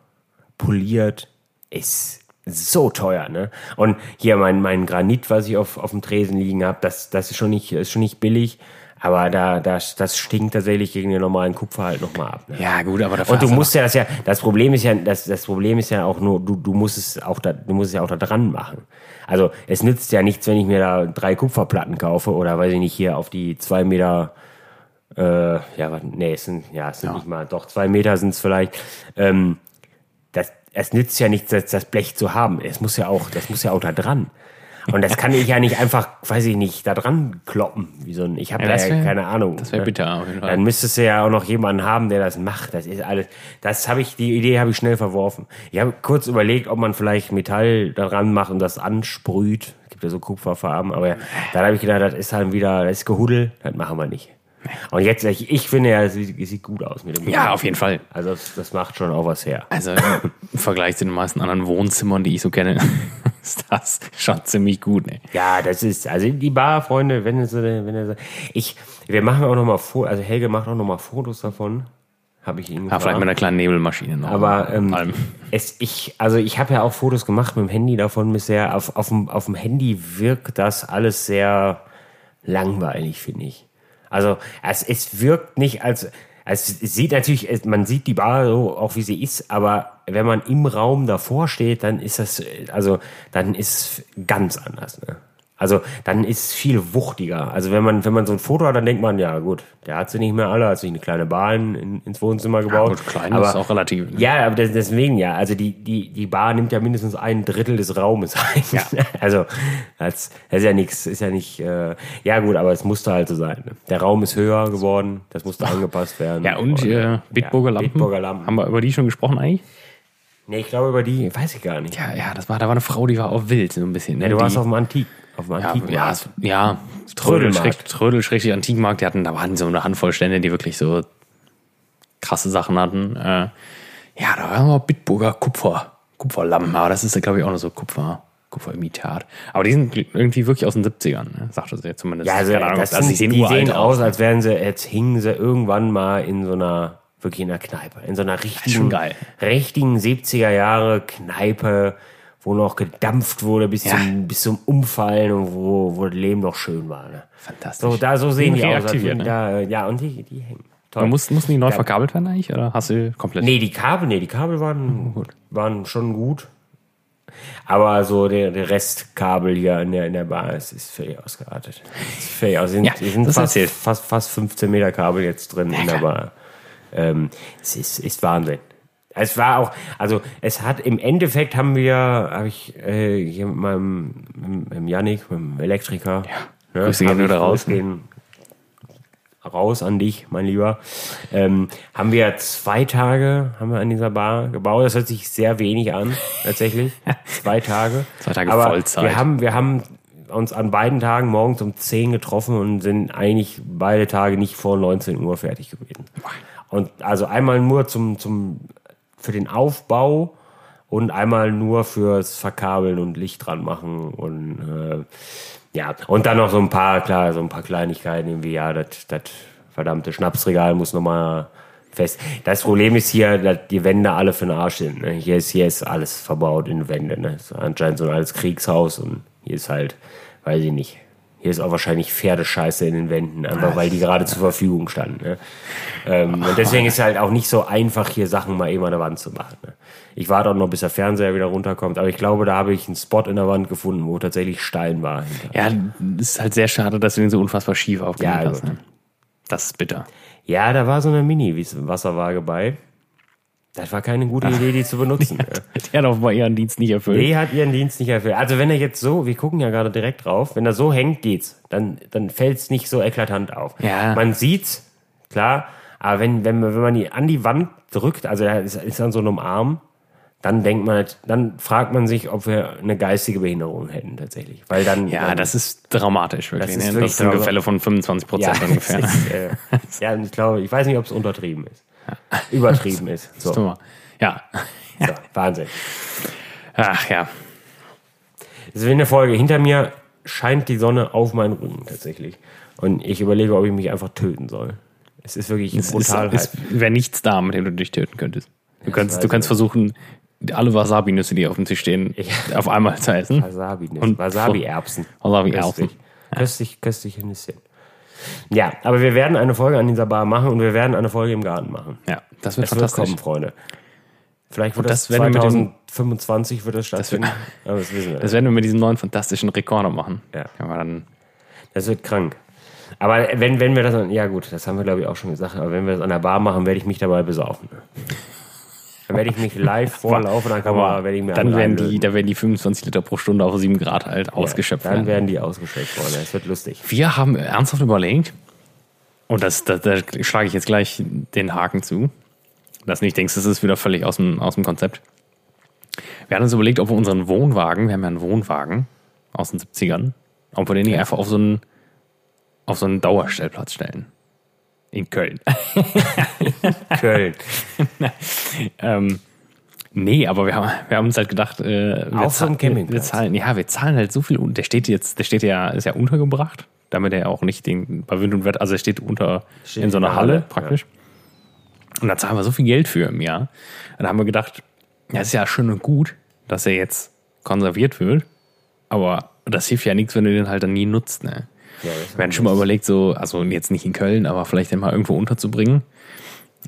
Speaker 2: poliert ist so teuer, ne? Und hier mein, mein Granit, was ich auf, auf dem Tresen liegen habe, das, das ist schon nicht, ist schon nicht billig. Aber da, da, das stinkt tatsächlich gegen den normalen Kupfer halt nochmal ab. Ne?
Speaker 1: Ja, gut, aber
Speaker 2: Und du musst ja das ja, das Problem ist ja, das, das Problem ist ja auch nur, du, du musst es auch da, du musst es ja auch da dran machen. Also es nützt ja nichts, wenn ich mir da drei Kupferplatten kaufe oder weiß ich nicht, hier auf die zwei Meter, äh, ja, was- nee, es sind, ja, es sind nicht mal, doch, zwei Meter sind es vielleicht. Ähm, das, es nützt ja nichts, das, das Blech zu haben. Es muss ja auch, das muss ja auch da dran. Und das kann ich ja nicht einfach, weiß ich nicht, da dran kloppen. Wie so ein, ich habe
Speaker 1: Ja,
Speaker 2: da
Speaker 1: das
Speaker 2: ja
Speaker 1: wär-
Speaker 2: keine Ahnung.
Speaker 1: das wäre
Speaker 2: ne?
Speaker 1: bitter auf jeden Fall.
Speaker 2: Dann müsstest du ja auch noch jemanden haben, der das macht. Das ist alles. Das habe ich, die Idee habe ich schnell verworfen. Ich habe kurz überlegt, ob man vielleicht Metall daran macht und das ansprüht. Gibt ja so Kupferfarben, aber ja, dann habe ich gedacht, das ist halt wieder, das ist Gehuddel, das machen wir nicht. Und jetzt, ich, ich finde ja, es sieht, es sieht gut aus mit dem.
Speaker 1: ja, auf jeden Fall.
Speaker 2: Also das, das macht schon auch was her.
Speaker 1: Also im Vergleich zu den meisten anderen Wohnzimmern, die ich so kenne, ist das schon ziemlich gut. Ne?
Speaker 2: Ja, das ist, also die Bar, Freunde, wenn es, wenn es, ich, wir machen auch nochmal Fotos, also Helge macht auch nochmal Fotos davon. Habe ich ihn
Speaker 1: Ja, Ah, vielleicht
Speaker 2: gefragt.
Speaker 1: mit einer kleinen Nebelmaschine noch.
Speaker 2: Aber ähm,
Speaker 1: Allem.
Speaker 2: es, ich, also ich habe ja auch Fotos gemacht mit dem Handy davon bisher. Auf, auf, dem, auf dem Handy wirkt das alles sehr langweilig, finde ich. Also es, es wirkt nicht als, als es sieht natürlich, es- man sieht die Bar so auch wie sie ist, aber wenn man im Raum davor steht, dann ist das, äh, also dann ist es ganz anders. Ne? Also dann ist es viel wuchtiger. Also wenn man, wenn man so ein Foto hat, dann denkt man, ja gut, der hat sie nicht mehr alle, hat sich eine kleine Bahn in, ins Wohnzimmer gebaut.
Speaker 1: Gut, klein
Speaker 2: aber,
Speaker 1: ist auch relativ. ne?
Speaker 2: ja, aber das, deswegen ja. Also die, die, die Bar nimmt ja mindestens ein Drittel des Raumes ein. Also das, das ist ja nichts, ist ja nicht. Äh, ja gut, aber es musste halt so sein. Ne? Der Raum ist höher geworden, das musste angepasst werden.
Speaker 1: Ja, und äh, Bitburger, Lampen.
Speaker 2: Bitburger Lampen.
Speaker 1: Haben wir über die schon gesprochen eigentlich?
Speaker 2: Nee, ich glaube über die, weiß ich gar nicht.
Speaker 1: Ja, ja, das war, da war eine Frau, die war auch wild, so ein bisschen. Ne?
Speaker 2: du
Speaker 1: die,
Speaker 2: warst auf dem Antik, auf dem Antiken.
Speaker 1: ja, es- ja, Trödel,
Speaker 2: Trödelmarkt.
Speaker 1: schräg- Trödel, schräg, Antikenmarkt, die hatten, da waren so eine Handvoll Stände, die wirklich so krasse Sachen hatten. Äh, ja, da waren wir Bitburger Kupfer, Kupferlampen, aber das ist, glaube ich, auch nur so Kupfer, Kupferimitat. Aber die sind irgendwie wirklich aus den 70ern, ne? sagte sie zumindest.
Speaker 2: Ja, also,
Speaker 1: Keine Ahnung,
Speaker 2: das
Speaker 1: also
Speaker 2: sind,
Speaker 1: die sehen
Speaker 2: die
Speaker 1: uralt
Speaker 2: sehen
Speaker 1: aus.
Speaker 2: aus, als wären sie, jetzt hingen sie irgendwann mal in so einer, wirklich in einer Kneipe, in so einer richtigen,
Speaker 1: schon geil.
Speaker 2: richtigen 70er Jahre Kneipe, wo noch gedampft wurde bis, zum, bis zum Umfallen und wo, wo das Leben noch schön war. Ne?
Speaker 1: Fantastisch.
Speaker 2: So, da, so sehen die,
Speaker 1: Die
Speaker 2: aus. Als
Speaker 1: reaktiviert,
Speaker 2: würden
Speaker 1: ne?
Speaker 2: da, ja, und die, die hängen. Toll.
Speaker 1: Aber muss, muss die neu verkabelt werden eigentlich, oder hast du komplett? Oh,
Speaker 2: Nee, die Kabel, nee, die Kabel waren, waren schon gut. Aber so der, der Restkabel hier in der, in der Bar ist, ist völlig ausgeartet. Ist völlig aus. Sind,
Speaker 1: Ja,
Speaker 2: sind
Speaker 1: das
Speaker 2: fast,
Speaker 1: erzählt.
Speaker 2: fast, fast 15 Meter Kabel jetzt drin in der
Speaker 1: klar.
Speaker 2: Bar. Ähm, es ist, ist Wahnsinn. Es war auch, also es hat im Endeffekt haben wir, habe ich äh, hier mit meinem mit, mit Yannick, mit dem Elektriker. ne, Ja.
Speaker 1: Grüße gehen wieder raus.
Speaker 2: Gehen raus an dich, mein Lieber. Ähm, haben wir zwei Tage haben wir an dieser Bar gebaut. Das hört sich sehr wenig an, tatsächlich. zwei Tage.
Speaker 1: Zwei Tage
Speaker 2: Aber
Speaker 1: Vollzeit.
Speaker 2: Wir haben, wir haben uns an beiden Tagen morgens um 10 getroffen und sind eigentlich beide Tage nicht vor 19 Uhr fertig gewesen. Und also einmal nur zum, zum, für den Aufbau und einmal nur fürs Verkabeln und Licht dran machen und äh, ja und dann noch so ein paar klar so ein paar Kleinigkeiten irgendwie ja das das verdammte Schnapsregal muss noch mal fest das Problem ist hier dass die Wände alle für den Arsch sind ne? hier ist hier ist alles verbaut in Wände ne ist anscheinend so ein altes Kriegshaus und hier ist halt weiß ich nicht hier ist auch wahrscheinlich Pferdescheiße in den Wänden, einfach weil die gerade zur Verfügung standen. Ne? Ähm, und deswegen ist es halt auch nicht so einfach, hier Sachen mal eben an der Wand zu machen. Ne? Ich warte auch noch, bis der Fernseher wieder runterkommt, aber ich glaube, da habe ich einen Spot in der Wand gefunden, wo tatsächlich Stein war. Hinter.
Speaker 1: Ja, ist halt sehr schade, dass du den so unfassbar schief aufgenommen
Speaker 2: Ja, also.
Speaker 1: hast.
Speaker 2: gut.
Speaker 1: Ne? Das ist bitter.
Speaker 2: Ja, da war so eine Mini-Wasserwaage bei. Das war keine gute Idee, die zu benutzen. ne?
Speaker 1: Der hat offenbar ihren Dienst nicht erfüllt.
Speaker 2: Nee, hat ihren Dienst nicht erfüllt. Also wenn er jetzt so, wir gucken ja gerade direkt drauf, wenn er so hängt, geht's. Dann, dann fällt's nicht so eklatant auf.
Speaker 1: Ja.
Speaker 2: Man sieht's, klar, aber wenn, wenn, man- wenn man die an die Wand drückt, also er ist, ist an so einem Arm, dann denkt man, halt- dann fragt man sich, ob wir eine geistige Behinderung hätten tatsächlich. Weil dann,
Speaker 1: Ja,
Speaker 2: dann,
Speaker 1: das ist dramatisch, wirklich.
Speaker 2: Ähm, Das ist
Speaker 1: ne?
Speaker 2: wirklich
Speaker 1: das sind
Speaker 2: dramatisch.
Speaker 1: Gefälle von 25
Speaker 2: ja,
Speaker 1: Prozent
Speaker 2: das
Speaker 1: ungefähr.
Speaker 2: Ist, äh, ja, und ich glaube, ich weiß nicht, ob es untertrieben ist. Übertrieben ist. So,
Speaker 1: Guck mal. Ja.
Speaker 2: so, Wahnsinn.
Speaker 1: Ach ja.
Speaker 2: Es ist wie eine Folge. Hinter mir scheint die Sonne auf meinen Rücken tatsächlich. Und ich überlege, ob ich mich einfach töten soll. Es ist wirklich
Speaker 1: Es
Speaker 2: brutal halt
Speaker 1: ist,
Speaker 2: heiß.
Speaker 1: es wäre nichts da, mit dem du dich töten könntest. Du könntest,
Speaker 2: weiß
Speaker 1: du kannst
Speaker 2: ich.
Speaker 1: versuchen, alle Wasabi-Nüsse, die auf dem Tisch stehen, auf einmal zu essen.
Speaker 2: Wasabi,
Speaker 1: Und-
Speaker 2: Wasabi-Erbsen.
Speaker 1: Wasabi-Erbsen.
Speaker 2: Köstlich. Köstlich, köstliche Nüsschen. Ja, aber wir werden eine Folge an dieser Bar machen und wir werden eine Folge im Garten machen.
Speaker 1: Ja, das wird
Speaker 2: Es wird
Speaker 1: fantastisch.
Speaker 2: kommen, Freunde. Vielleicht wird
Speaker 1: Und
Speaker 2: das,
Speaker 1: das werden wir mit dem-
Speaker 2: 2025 wird das
Speaker 1: wird-
Speaker 2: stattfinden. aber das wissen wir.
Speaker 1: das werden wir mit diesem neuen fantastischen Rekorder machen.
Speaker 2: Ja.
Speaker 1: Können wir dann
Speaker 2: Das wird krank. Aber wenn, wenn wir das, an- ja gut, das haben wir glaube ich auch schon gesagt, aber wenn wir das an der Bar machen, werde ich mich dabei besaufen. ne? Dann werde ich mich live vor laufender Kamera, werde ich mir
Speaker 1: dann
Speaker 2: einen
Speaker 1: werden
Speaker 2: reinlöten.
Speaker 1: die, da werden die 25 Liter pro Stunde auf 7 Grad halt ausgeschöpft.
Speaker 2: Dann
Speaker 1: werden.
Speaker 2: werden die ausgeschöpft, Freunde. Es wird lustig.
Speaker 1: Wir haben ernsthaft überlegt, und das, da, da schlage ich jetzt gleich den Haken zu, dass du nicht denkst, das ist wieder völlig aus dem, aus dem Konzept. Wir hatten uns überlegt, ob wir unseren Wohnwagen, wir haben ja einen Wohnwagen aus den 70ern, ob wir den nicht einfach auf so einen, auf so einen Dauerstellplatz stellen. In Köln.
Speaker 2: Köln.
Speaker 1: Ähm, nee, aber wir haben, wir haben uns halt gedacht, äh, wir,
Speaker 2: Auf so
Speaker 1: zahl- wir,
Speaker 2: einem
Speaker 1: wir
Speaker 2: Campingplatz.
Speaker 1: zahlen, ja, wir zahlen halt so viel. un- Der steht jetzt, der steht ja, ist ja untergebracht, damit er auch nicht den, bei Wind und Wetter, also er steht unter
Speaker 2: Steht
Speaker 1: in so
Speaker 2: in
Speaker 1: einer
Speaker 2: der
Speaker 1: Halle,
Speaker 2: Halle,
Speaker 1: praktisch. Und da zahlen wir so viel Geld für im Jahr. Dann haben wir gedacht, ja, ist ja schön und gut, dass er jetzt konserviert wird, aber das hilft ja nichts, wenn du den halt dann nie nutzt, ne?
Speaker 2: Ja, das
Speaker 1: Wir hatten schon mal überlegt, so, also jetzt nicht in Köln, aber vielleicht den mal irgendwo unterzubringen.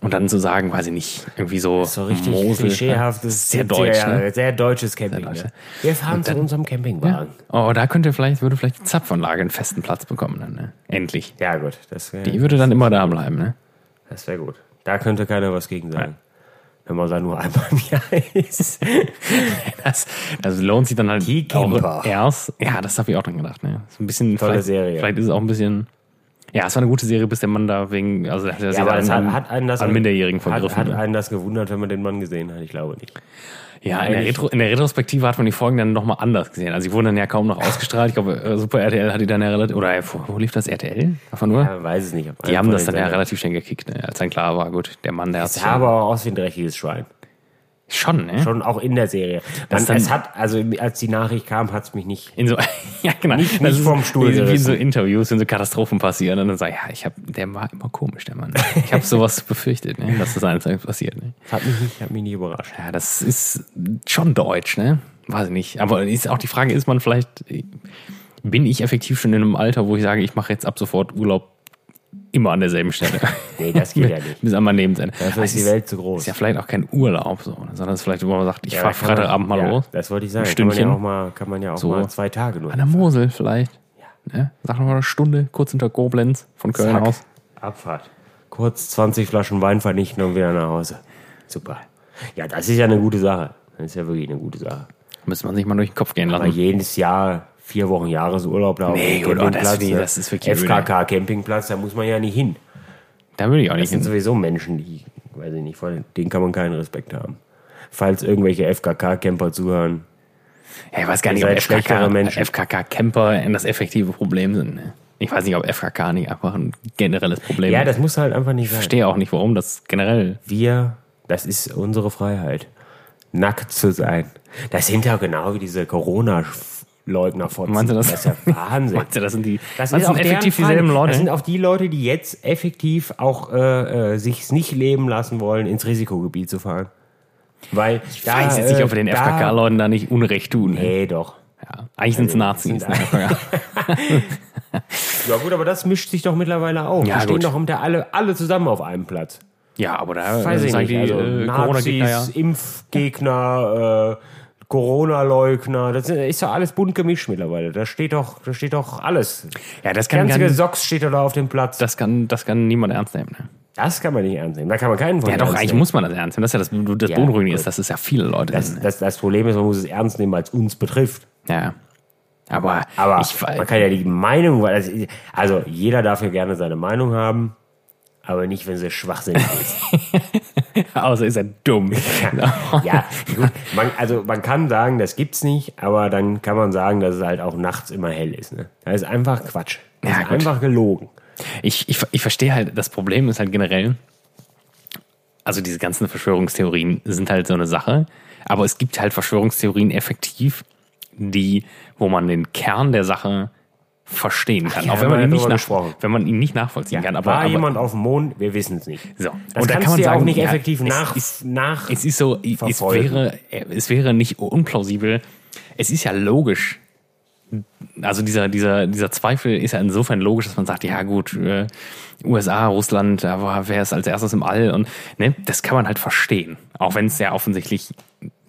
Speaker 1: Und dann zu sagen, weiß ich nicht, irgendwie so,
Speaker 2: ist so richtig
Speaker 1: Mosel. ne?
Speaker 2: klischeehaftes,
Speaker 1: Sehr deutsch,
Speaker 2: sehr,
Speaker 1: ne?
Speaker 2: sehr deutsches Camping.
Speaker 1: deutsch,
Speaker 2: ne?
Speaker 1: ja.
Speaker 2: Wir fahren zu unserem
Speaker 1: Ja.
Speaker 2: Campingwagen.
Speaker 1: Oh, da könnte vielleicht, würde vielleicht die Zapfanlage einen festen Platz bekommen dann, ne? Endlich.
Speaker 2: Ja, gut, das, wär-
Speaker 1: Die würde dann immer da bleiben, ne?
Speaker 2: das wäre gut. Da könnte keiner was gegen sagen. Wenn man da nur einmal im Jahr ist.
Speaker 1: Das, das lohnt sich dann halt
Speaker 2: Die Camper.
Speaker 1: auch erst. Ja, das habe ich auch dran gedacht, ne? Ist ein bisschen
Speaker 2: Tolle
Speaker 1: vielleicht,
Speaker 2: Serie.
Speaker 1: Vielleicht ist es auch ein bisschen. Ja, es war eine gute Serie, bis der Mann da wegen, also der hat er sich
Speaker 2: Ja, aber
Speaker 1: an-
Speaker 2: das hat,
Speaker 1: an-
Speaker 2: hat einen das
Speaker 1: an Minderjährigen
Speaker 2: hat,
Speaker 1: vergriffen.
Speaker 2: hat
Speaker 1: ne?
Speaker 2: einen das gewundert, wenn man den Mann gesehen hat. Ich glaube nicht.
Speaker 1: Ja, in der,
Speaker 2: Eigentlich-
Speaker 1: Retro, in der Retrospektive hat man die Folgen dann nochmal anders gesehen. Also, die wurden dann ja kaum noch ausgestrahlt. Ich glaube, äh, Super RTL hat die dann ja relativ. Oder äh, wo, wo lief das? RTL? Davon nur?
Speaker 2: Ja, Man weiß es nicht. ob
Speaker 1: die
Speaker 2: einer
Speaker 1: haben
Speaker 2: von
Speaker 1: das
Speaker 2: den
Speaker 1: dann ja
Speaker 2: Sendern-
Speaker 1: relativ schnell gekickt, ne? als dann klar war, gut, der Mann, der hat
Speaker 2: Es sah aber auch aus wie ein dreckiges Schwein.
Speaker 1: schon, ne?
Speaker 2: Schon auch in der Serie. Man,
Speaker 1: dann-
Speaker 2: es hat, also als die Nachricht kam, hat es mich nicht.
Speaker 1: In so, ja, genau. Nicht,
Speaker 2: nicht vom Stuhl
Speaker 1: Wie, wie in
Speaker 2: gerissen.
Speaker 1: so Interviews, wenn so Katastrophen passieren. Und dann sag ich, ja, ich hab, der war immer komisch, der Mann. Ich habe sowas befürchtet, ne? dass das eines Tages passiert. Ne?
Speaker 2: Hat mich nicht, hat mich nicht überrascht.
Speaker 1: Ja, das ist schon deutsch, ne? Weiß ich nicht. Aber ist auch die Frage, ist man vielleicht, bin ich effektiv schon in einem Alter, wo ich sage, ich mache jetzt ab sofort Urlaub immer an derselben Stelle.
Speaker 2: Nee, das geht ja nicht.
Speaker 1: Bis an mein Lebensende. Also
Speaker 2: Dafür ist
Speaker 1: Es
Speaker 2: die Welt zu groß.
Speaker 1: Ist ja vielleicht auch kein Urlaub, so, sondern es ist vielleicht, wo man sagt, ich
Speaker 2: Ja,
Speaker 1: fahre
Speaker 2: da kann
Speaker 1: Freitagabend
Speaker 2: man-
Speaker 1: mal
Speaker 2: ja,
Speaker 1: los.
Speaker 2: Das wollte ich
Speaker 1: Ein
Speaker 2: sagen. Kann man ja
Speaker 1: Stündchen.
Speaker 2: auch mal, kann man ja auch
Speaker 1: So.
Speaker 2: mal zwei Tage nur.
Speaker 1: An der Mosel vielleicht. Ne? Sag nochmal eine Stunde, kurz hinter Koblenz von Köln
Speaker 2: Zack.
Speaker 1: aus.
Speaker 2: Abfahrt. Kurz 20 Flaschen Wein vernichten und wieder nach Hause. Super. Ja, das ist ja eine gute Sache. Das ist ja wirklich eine gute Sache.
Speaker 1: Müsste man sich mal durch den Kopf gehen
Speaker 2: Aber
Speaker 1: lassen.
Speaker 2: jedes Jahr vier Wochen Jahresurlaub da auf
Speaker 1: Nee,
Speaker 2: dem
Speaker 1: gut, oh, das
Speaker 2: Campingplatz.
Speaker 1: finde ich-
Speaker 2: ne?
Speaker 1: das ist wirklich
Speaker 2: FKK Campingplatz, da muss man ja nicht hin.
Speaker 1: Da würde ich auch nicht
Speaker 2: Das sind
Speaker 1: hin.
Speaker 2: sowieso Menschen, die, weiß ich nicht, vor denen kann man keinen Respekt haben. Falls irgendwelche FKK-Camper zuhören.
Speaker 1: Ja, ich weiß gar nicht,
Speaker 2: Ihr
Speaker 1: ob
Speaker 2: seid schlechtere
Speaker 1: FKK,
Speaker 2: Menschen.
Speaker 1: FKK-Camper das effektive Problem sind. Ne? Ich weiß nicht, ob FKK nicht einfach ein generelles Problem
Speaker 2: Ja,
Speaker 1: ist.
Speaker 2: das muss halt einfach nicht
Speaker 1: Ich
Speaker 2: sein.
Speaker 1: verstehe auch nicht, warum das generell.
Speaker 2: Wir, das ist unsere Freiheit. Nackt zu sein. Das sind ja genau wie diese Corona-Leugner vor
Speaker 1: Meinst du das?
Speaker 2: Das ist ja Wahnsinn.
Speaker 1: Meinst du, das sind die.
Speaker 2: Das
Speaker 1: meinst
Speaker 2: ist
Speaker 1: du, Also
Speaker 2: auch
Speaker 1: sind
Speaker 2: effektiv
Speaker 1: effektiv
Speaker 2: deren
Speaker 1: dieselben
Speaker 2: Fall.
Speaker 1: Leute.
Speaker 2: Das sind auch die Leute, die jetzt effektiv auch äh, äh, sich's nicht leben lassen wollen, ins Risikogebiet zu fahren. Weil ich
Speaker 1: ich weiß jetzt nicht, ob wir den FKK-Leuten da nicht Unrecht tun. Ne?
Speaker 2: Nee, doch.
Speaker 1: Ja. Eigentlich sind es Nazis.
Speaker 2: sind
Speaker 1: ne?
Speaker 2: Ja gut, aber das mischt sich doch mittlerweile auf.
Speaker 1: Ja,
Speaker 2: wir stehen
Speaker 1: gut.
Speaker 2: doch unter alle, alle zusammen auf einem Platz.
Speaker 1: ja, aber da
Speaker 2: Weiß ich
Speaker 1: sagen
Speaker 2: nicht.
Speaker 1: die
Speaker 2: also,
Speaker 1: äh, Corona-Gegner
Speaker 2: Nazis,
Speaker 1: ja.
Speaker 2: Impfgegner, äh, Corona-Leugner, das ist ja alles bunt gemischt mittlerweile. Da steht doch, da steht doch alles.
Speaker 1: Ja, das
Speaker 2: Der
Speaker 1: kann,
Speaker 2: ganze
Speaker 1: kann,
Speaker 2: Socks steht doch da auf dem Platz.
Speaker 1: das, kann, das kann niemand ernst nehmen. Ne?
Speaker 2: Das kann man nicht ernst nehmen. Da kann man keinen von
Speaker 1: Ja, doch,
Speaker 2: ernst
Speaker 1: eigentlich
Speaker 2: nehmen.
Speaker 1: muss man das ernst nehmen. Das ist ja das, das
Speaker 2: Ja,
Speaker 1: Beunruhigende
Speaker 2: gut.
Speaker 1: ist, dass es ja viele Leute
Speaker 2: Das,
Speaker 1: sind.
Speaker 2: das, das Problem ist, man muss es ernst nehmen, weil es uns betrifft.
Speaker 1: Ja. Aber,
Speaker 2: Aber
Speaker 1: ich
Speaker 2: man
Speaker 1: weiß.
Speaker 2: kann ja die Meinung, weil das, ist- also jeder darf ja gerne seine Meinung haben, aber nicht, wenn sie schwachsinnig ist.
Speaker 1: Außer also ist er dumm.
Speaker 2: ja, gut. Man, also man kann sagen, das gibt's nicht, aber dann kann man sagen, dass es halt auch nachts immer hell ist. Ne? Das ist einfach Quatsch. Das
Speaker 1: Ja,
Speaker 2: ist
Speaker 1: gut.
Speaker 2: einfach gelogen.
Speaker 1: Ich, ich, ich verstehe halt, das Problem ist halt generell, also diese ganzen Verschwörungstheorien sind halt so eine Sache, aber es gibt halt Verschwörungstheorien effektiv, die, wo man den Kern der Sache verstehen kann.
Speaker 2: ja,
Speaker 1: auch wenn man,
Speaker 2: haben wir
Speaker 1: ihn nicht
Speaker 2: darüber
Speaker 1: nach,
Speaker 2: gesprochen.
Speaker 1: wenn man ihn nicht nachvollziehen kann. Aber,
Speaker 2: war
Speaker 1: aber
Speaker 2: jemand auf dem Mond? Wir wissen es nicht.
Speaker 1: So.
Speaker 2: Das
Speaker 1: Und da
Speaker 2: kannst
Speaker 1: kann man
Speaker 2: du ja auch
Speaker 1: sagen,
Speaker 2: nicht
Speaker 1: ja,
Speaker 2: effektiv
Speaker 1: es
Speaker 2: nach,
Speaker 1: ist-
Speaker 2: nach.
Speaker 1: es ist so, i- es
Speaker 2: verfolgen.
Speaker 1: wäre, äh, es wäre nicht unplausibel. Es ist ja logisch. Also dieser, dieser, dieser Zweifel ist ja insofern logisch, dass man sagt, ja gut, äh, USA, Russland, da war- wer ist als erstes im All und ne, das kann man halt verstehen, auch wenn es sehr offensichtlich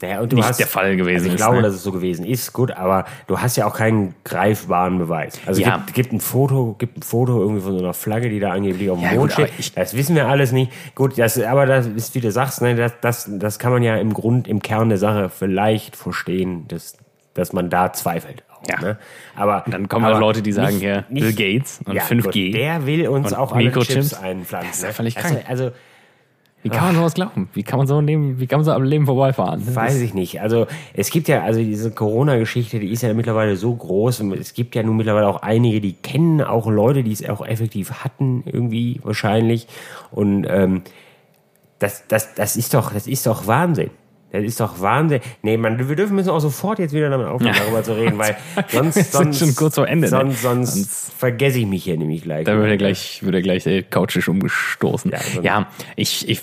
Speaker 2: naja, und du
Speaker 1: nicht der Fall gewesen
Speaker 2: also ich
Speaker 1: ist,
Speaker 2: glaube,
Speaker 1: ne?
Speaker 2: dass es so gewesen ist, gut, aber du hast ja auch keinen greifbaren Beweis. Also
Speaker 1: Ja.
Speaker 2: gibt, gibt ein Foto, gibt ein Foto irgendwie von so einer Flagge, die da angeblich auf dem
Speaker 1: Ja,
Speaker 2: Mond
Speaker 1: gut,
Speaker 2: steht.
Speaker 1: aber ich-
Speaker 2: das wissen wir alles nicht. Gut, das, aber das ist, wie du sagst, ne, das, das, das kann man ja im Grund, im Kern der Sache vielleicht verstehen, dass, dass man da zweifelt. Auch,
Speaker 1: Ja.
Speaker 2: Ne? Aber
Speaker 1: Dann kommen
Speaker 2: aber
Speaker 1: auch Leute, die sagen,
Speaker 2: nicht-
Speaker 1: ja, Bill
Speaker 2: nicht-
Speaker 1: Gates und
Speaker 2: ja,
Speaker 1: 5G.
Speaker 2: Gut, der will uns
Speaker 1: und
Speaker 2: auch alle
Speaker 1: Mikrochips.
Speaker 2: Chips einpflanzen.
Speaker 1: Das ist ja
Speaker 2: ne?
Speaker 1: völlig
Speaker 2: Also-
Speaker 1: krank.
Speaker 2: Also,
Speaker 1: Wie kann man sowas glauben? Wie kann man so am Leben, wie kann man so am Leben vorbeifahren? Das
Speaker 2: Weiß ich nicht. Also es gibt ja, also diese Corona-Geschichte, die ist ja mittlerweile so groß und es gibt ja nun mittlerweile auch einige, die kennen auch Leute, die es auch effektiv hatten, irgendwie wahrscheinlich. Und ähm, das, das, das ist doch, das ist doch Wahnsinn. Das ist doch Wahnsinn. Nee, man, wir dürfen müssen auch sofort jetzt wieder damit aufhören,
Speaker 1: Ja.
Speaker 2: darüber zu reden, weil
Speaker 1: Wir
Speaker 2: sonst,
Speaker 1: sind
Speaker 2: sonst,
Speaker 1: schon kurz vor Ende, ne?
Speaker 2: sonst, sonst, vergesse ich mich hier nämlich gleich.
Speaker 1: Da wird er gleich, wird er gleich äh, couchisch umgestoßen. Ja,
Speaker 2: also-
Speaker 1: ich, ich,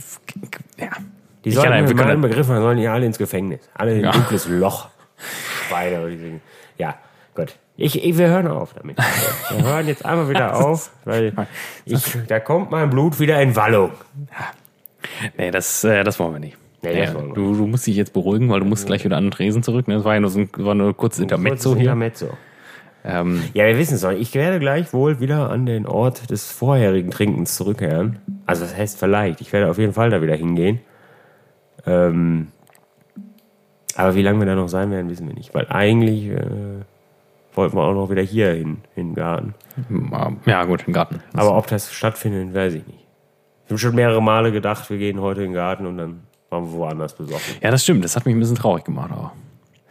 Speaker 1: ja.
Speaker 2: Die
Speaker 1: ich
Speaker 2: sollen,
Speaker 1: kann,
Speaker 2: wir
Speaker 1: wir
Speaker 2: meinen
Speaker 1: können,
Speaker 2: Begriff, man sollen ja alle ins Gefängnis. Alle in ein
Speaker 1: Ja.
Speaker 2: dunkles Loch. Schweine. oder diese- Ja, gut. Ich, ich, wir hören auf damit. Wir hören jetzt einmal wieder auf, weil ich, da kommt mein Blut wieder in Wallung.
Speaker 1: nee, das, äh, das wollen wir nicht.
Speaker 2: Nee, das
Speaker 1: Ja,
Speaker 2: wollen wir
Speaker 1: du, du musst dich jetzt beruhigen, weil du musst gleich wieder an den Tresen zurück. Ne? Das war ja nur so ein, war nur ein kurzes Intermezzo
Speaker 2: Kurzes
Speaker 1: hier.
Speaker 2: Intermezzo.
Speaker 1: Ähm,
Speaker 2: Ja, wir wissen es noch. Ich werde gleich wohl wieder an den Ort des vorherigen Trinkens zurückkehren. Also das heißt vielleicht. Ich werde auf jeden Fall da wieder hingehen. Ähm, aber wie lange wir da noch sein werden, wissen wir nicht. Weil eigentlich äh, wollten wir auch noch wieder hier hin, in den Garten.
Speaker 1: ja, gut, im Garten.
Speaker 2: Aber ob das stattfindet, weiß ich nicht. Ich habe schon mehrere Male gedacht, wir gehen heute in den Garten und dann waren wir woanders besoffen.
Speaker 1: Ja, das stimmt. Das hat mich ein bisschen traurig gemacht, aber.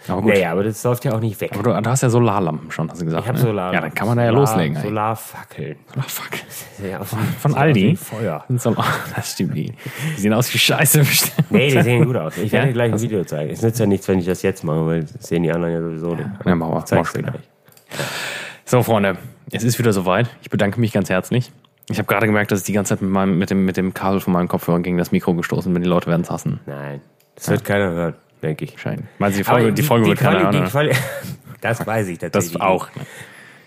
Speaker 1: Aber gut.
Speaker 2: Naja, aber das läuft ja auch nicht weg.
Speaker 1: Aber du, du hast ja Solarlampen schon, hast du gesagt.
Speaker 2: Ich habe
Speaker 1: ne?
Speaker 2: Solar.
Speaker 1: Ja, dann kann man da ja
Speaker 2: Solar-
Speaker 1: loslegen. ey.
Speaker 2: Solarfackeln.
Speaker 1: Oh, fuck.
Speaker 2: Ja, aus-
Speaker 1: Von
Speaker 2: aus dem
Speaker 1: Aldi.
Speaker 2: Feuer.
Speaker 1: Sind Solar das stimmt nicht. Die sehen aus wie Scheiße bestimmt.
Speaker 2: Nee, die sehen gut aus. Ich werde
Speaker 1: Ja?
Speaker 2: dir gleich ein Video zeigen. Es nützt ja nichts, wenn ich das jetzt mache, weil das sehen die anderen ja sowieso nicht.
Speaker 1: Ja, machen wir.
Speaker 2: Ich zeig's
Speaker 1: Machen wir
Speaker 2: dir
Speaker 1: später.
Speaker 2: gleich.
Speaker 1: So, Freunde, es ist wieder soweit. Ich bedanke mich ganz herzlich. Ich habe gerade gemerkt, dass ich die ganze Zeit mit, meinem, mit, dem, mit dem Kabel von meinem Kopfhörer gegen das Mikro gestoßen bin. Die Leute werden es hassen.
Speaker 2: Nein, das wird keiner hören, denke ich.
Speaker 1: Schein. Meinst du, die Folge, die, Folge wird
Speaker 2: Quali-
Speaker 1: keiner hören?
Speaker 2: die
Speaker 1: oder?
Speaker 2: Quali- Das weiß ich
Speaker 1: Das
Speaker 2: tatsächlich.
Speaker 1: auch. ne?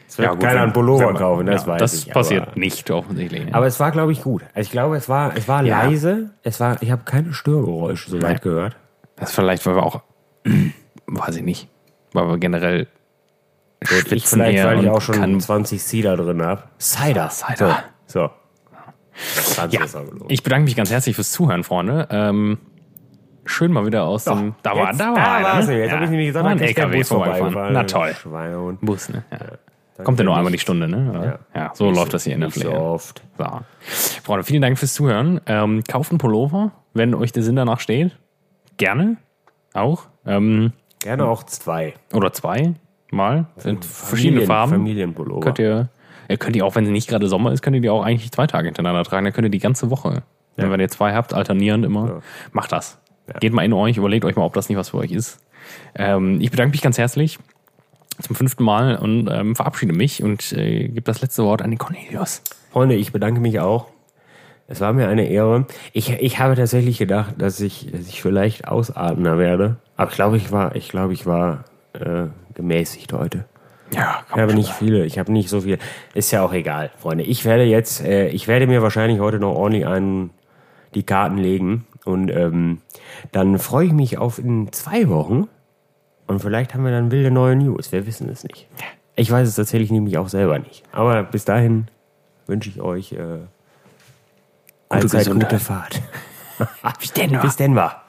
Speaker 2: Es wird keiner einen Pullover kaufen, das weiß
Speaker 1: das
Speaker 2: ich. aber-
Speaker 1: passiert nicht offensichtlich. ne?
Speaker 2: Aber es war, glaube ich, gut. Also ich glaube, es war, es war
Speaker 1: Ja.
Speaker 2: leise. Es war, ich habe keine Störgeräusche soweit
Speaker 1: Nein.
Speaker 2: gehört.
Speaker 1: das ist vielleicht, weil wir auch, weiß ich nicht, weil wir generell
Speaker 2: Gut, ich
Speaker 1: schwitzen
Speaker 2: vielleicht,
Speaker 1: hier
Speaker 2: weil ich
Speaker 1: und
Speaker 2: auch schon
Speaker 1: kann-
Speaker 2: 20 Cider drin habe. Cider.
Speaker 1: Cider.
Speaker 2: So. so. Das
Speaker 1: Ja, ich bedanke mich ganz herzlich fürs Zuhören, Freunde. Ähm, schön mal wieder aus dem... Da war,
Speaker 2: jetzt,
Speaker 1: da war
Speaker 2: da
Speaker 1: einer,
Speaker 2: war's
Speaker 1: ne?
Speaker 2: nicht. Jetzt
Speaker 1: ja.
Speaker 2: habe ich nämlich gesagt,
Speaker 1: War
Speaker 2: da
Speaker 1: ein
Speaker 2: ist der
Speaker 1: LKW
Speaker 2: Bus
Speaker 1: vorbeigefahren.
Speaker 2: vorbeigefahren.
Speaker 1: Na toll.
Speaker 2: Schweinehund.
Speaker 1: Bus, ne? Ja. Kommt ja nur einmal die Stunde, ne? Oder? Ja, so läuft das hier in der
Speaker 2: Nicht so
Speaker 1: Pflege.
Speaker 2: oft.
Speaker 1: So. Freunde, vielen Dank fürs Zuhören. Ähm, kauft einen Pullover, wenn euch der Sinn danach steht. Gerne. Auch. Ähm,
Speaker 2: Gerne auch zwei.
Speaker 1: oder zwei mal. Sind verschiedene
Speaker 2: Familien-
Speaker 1: Farben.
Speaker 2: Familienpullover.
Speaker 1: Könnt ihr, äh, könnt ihr auch, wenn nicht gerade Sommer ist, könnt ihr die auch eigentlich zwei Tage hintereinander tragen. Dann könnt ihr die ganze Woche. Wenn Wenn ihr zwei habt, alternierend immer, macht das. Geht mal in euch, überlegt euch mal, ob das nicht was für euch ist. Ähm, ich bedanke mich ganz herzlich zum fünften Mal und ähm, verabschiede mich und äh, gebe das letzte Wort an den Cornelius.
Speaker 2: Freunde, ich bedanke mich auch. Es war mir eine Ehre. Ich, ich habe tatsächlich gedacht, dass ich, dass ich vielleicht ausatmender werde. Aber ich glaube, ich war, ich glaube, ich war äh, gemäßigt heute.
Speaker 1: Ja,
Speaker 2: Ich habe nicht viele, ich habe nicht so viel. Ist ja auch egal, Freunde. Ich werde jetzt, äh, ich werde mir wahrscheinlich heute noch ordentlich einen, die Karten legen. Und ähm, dann freue ich mich auf in zwei Wochen. Und vielleicht haben wir dann wilde neue News. Wir wissen es nicht. Ich weiß es tatsächlich nämlich auch selber nicht. Aber bis dahin wünsche ich euch äh, allzeit
Speaker 1: Gesundheit.
Speaker 2: gute Fahrt.
Speaker 1: Bis denn,
Speaker 2: Bis Denver.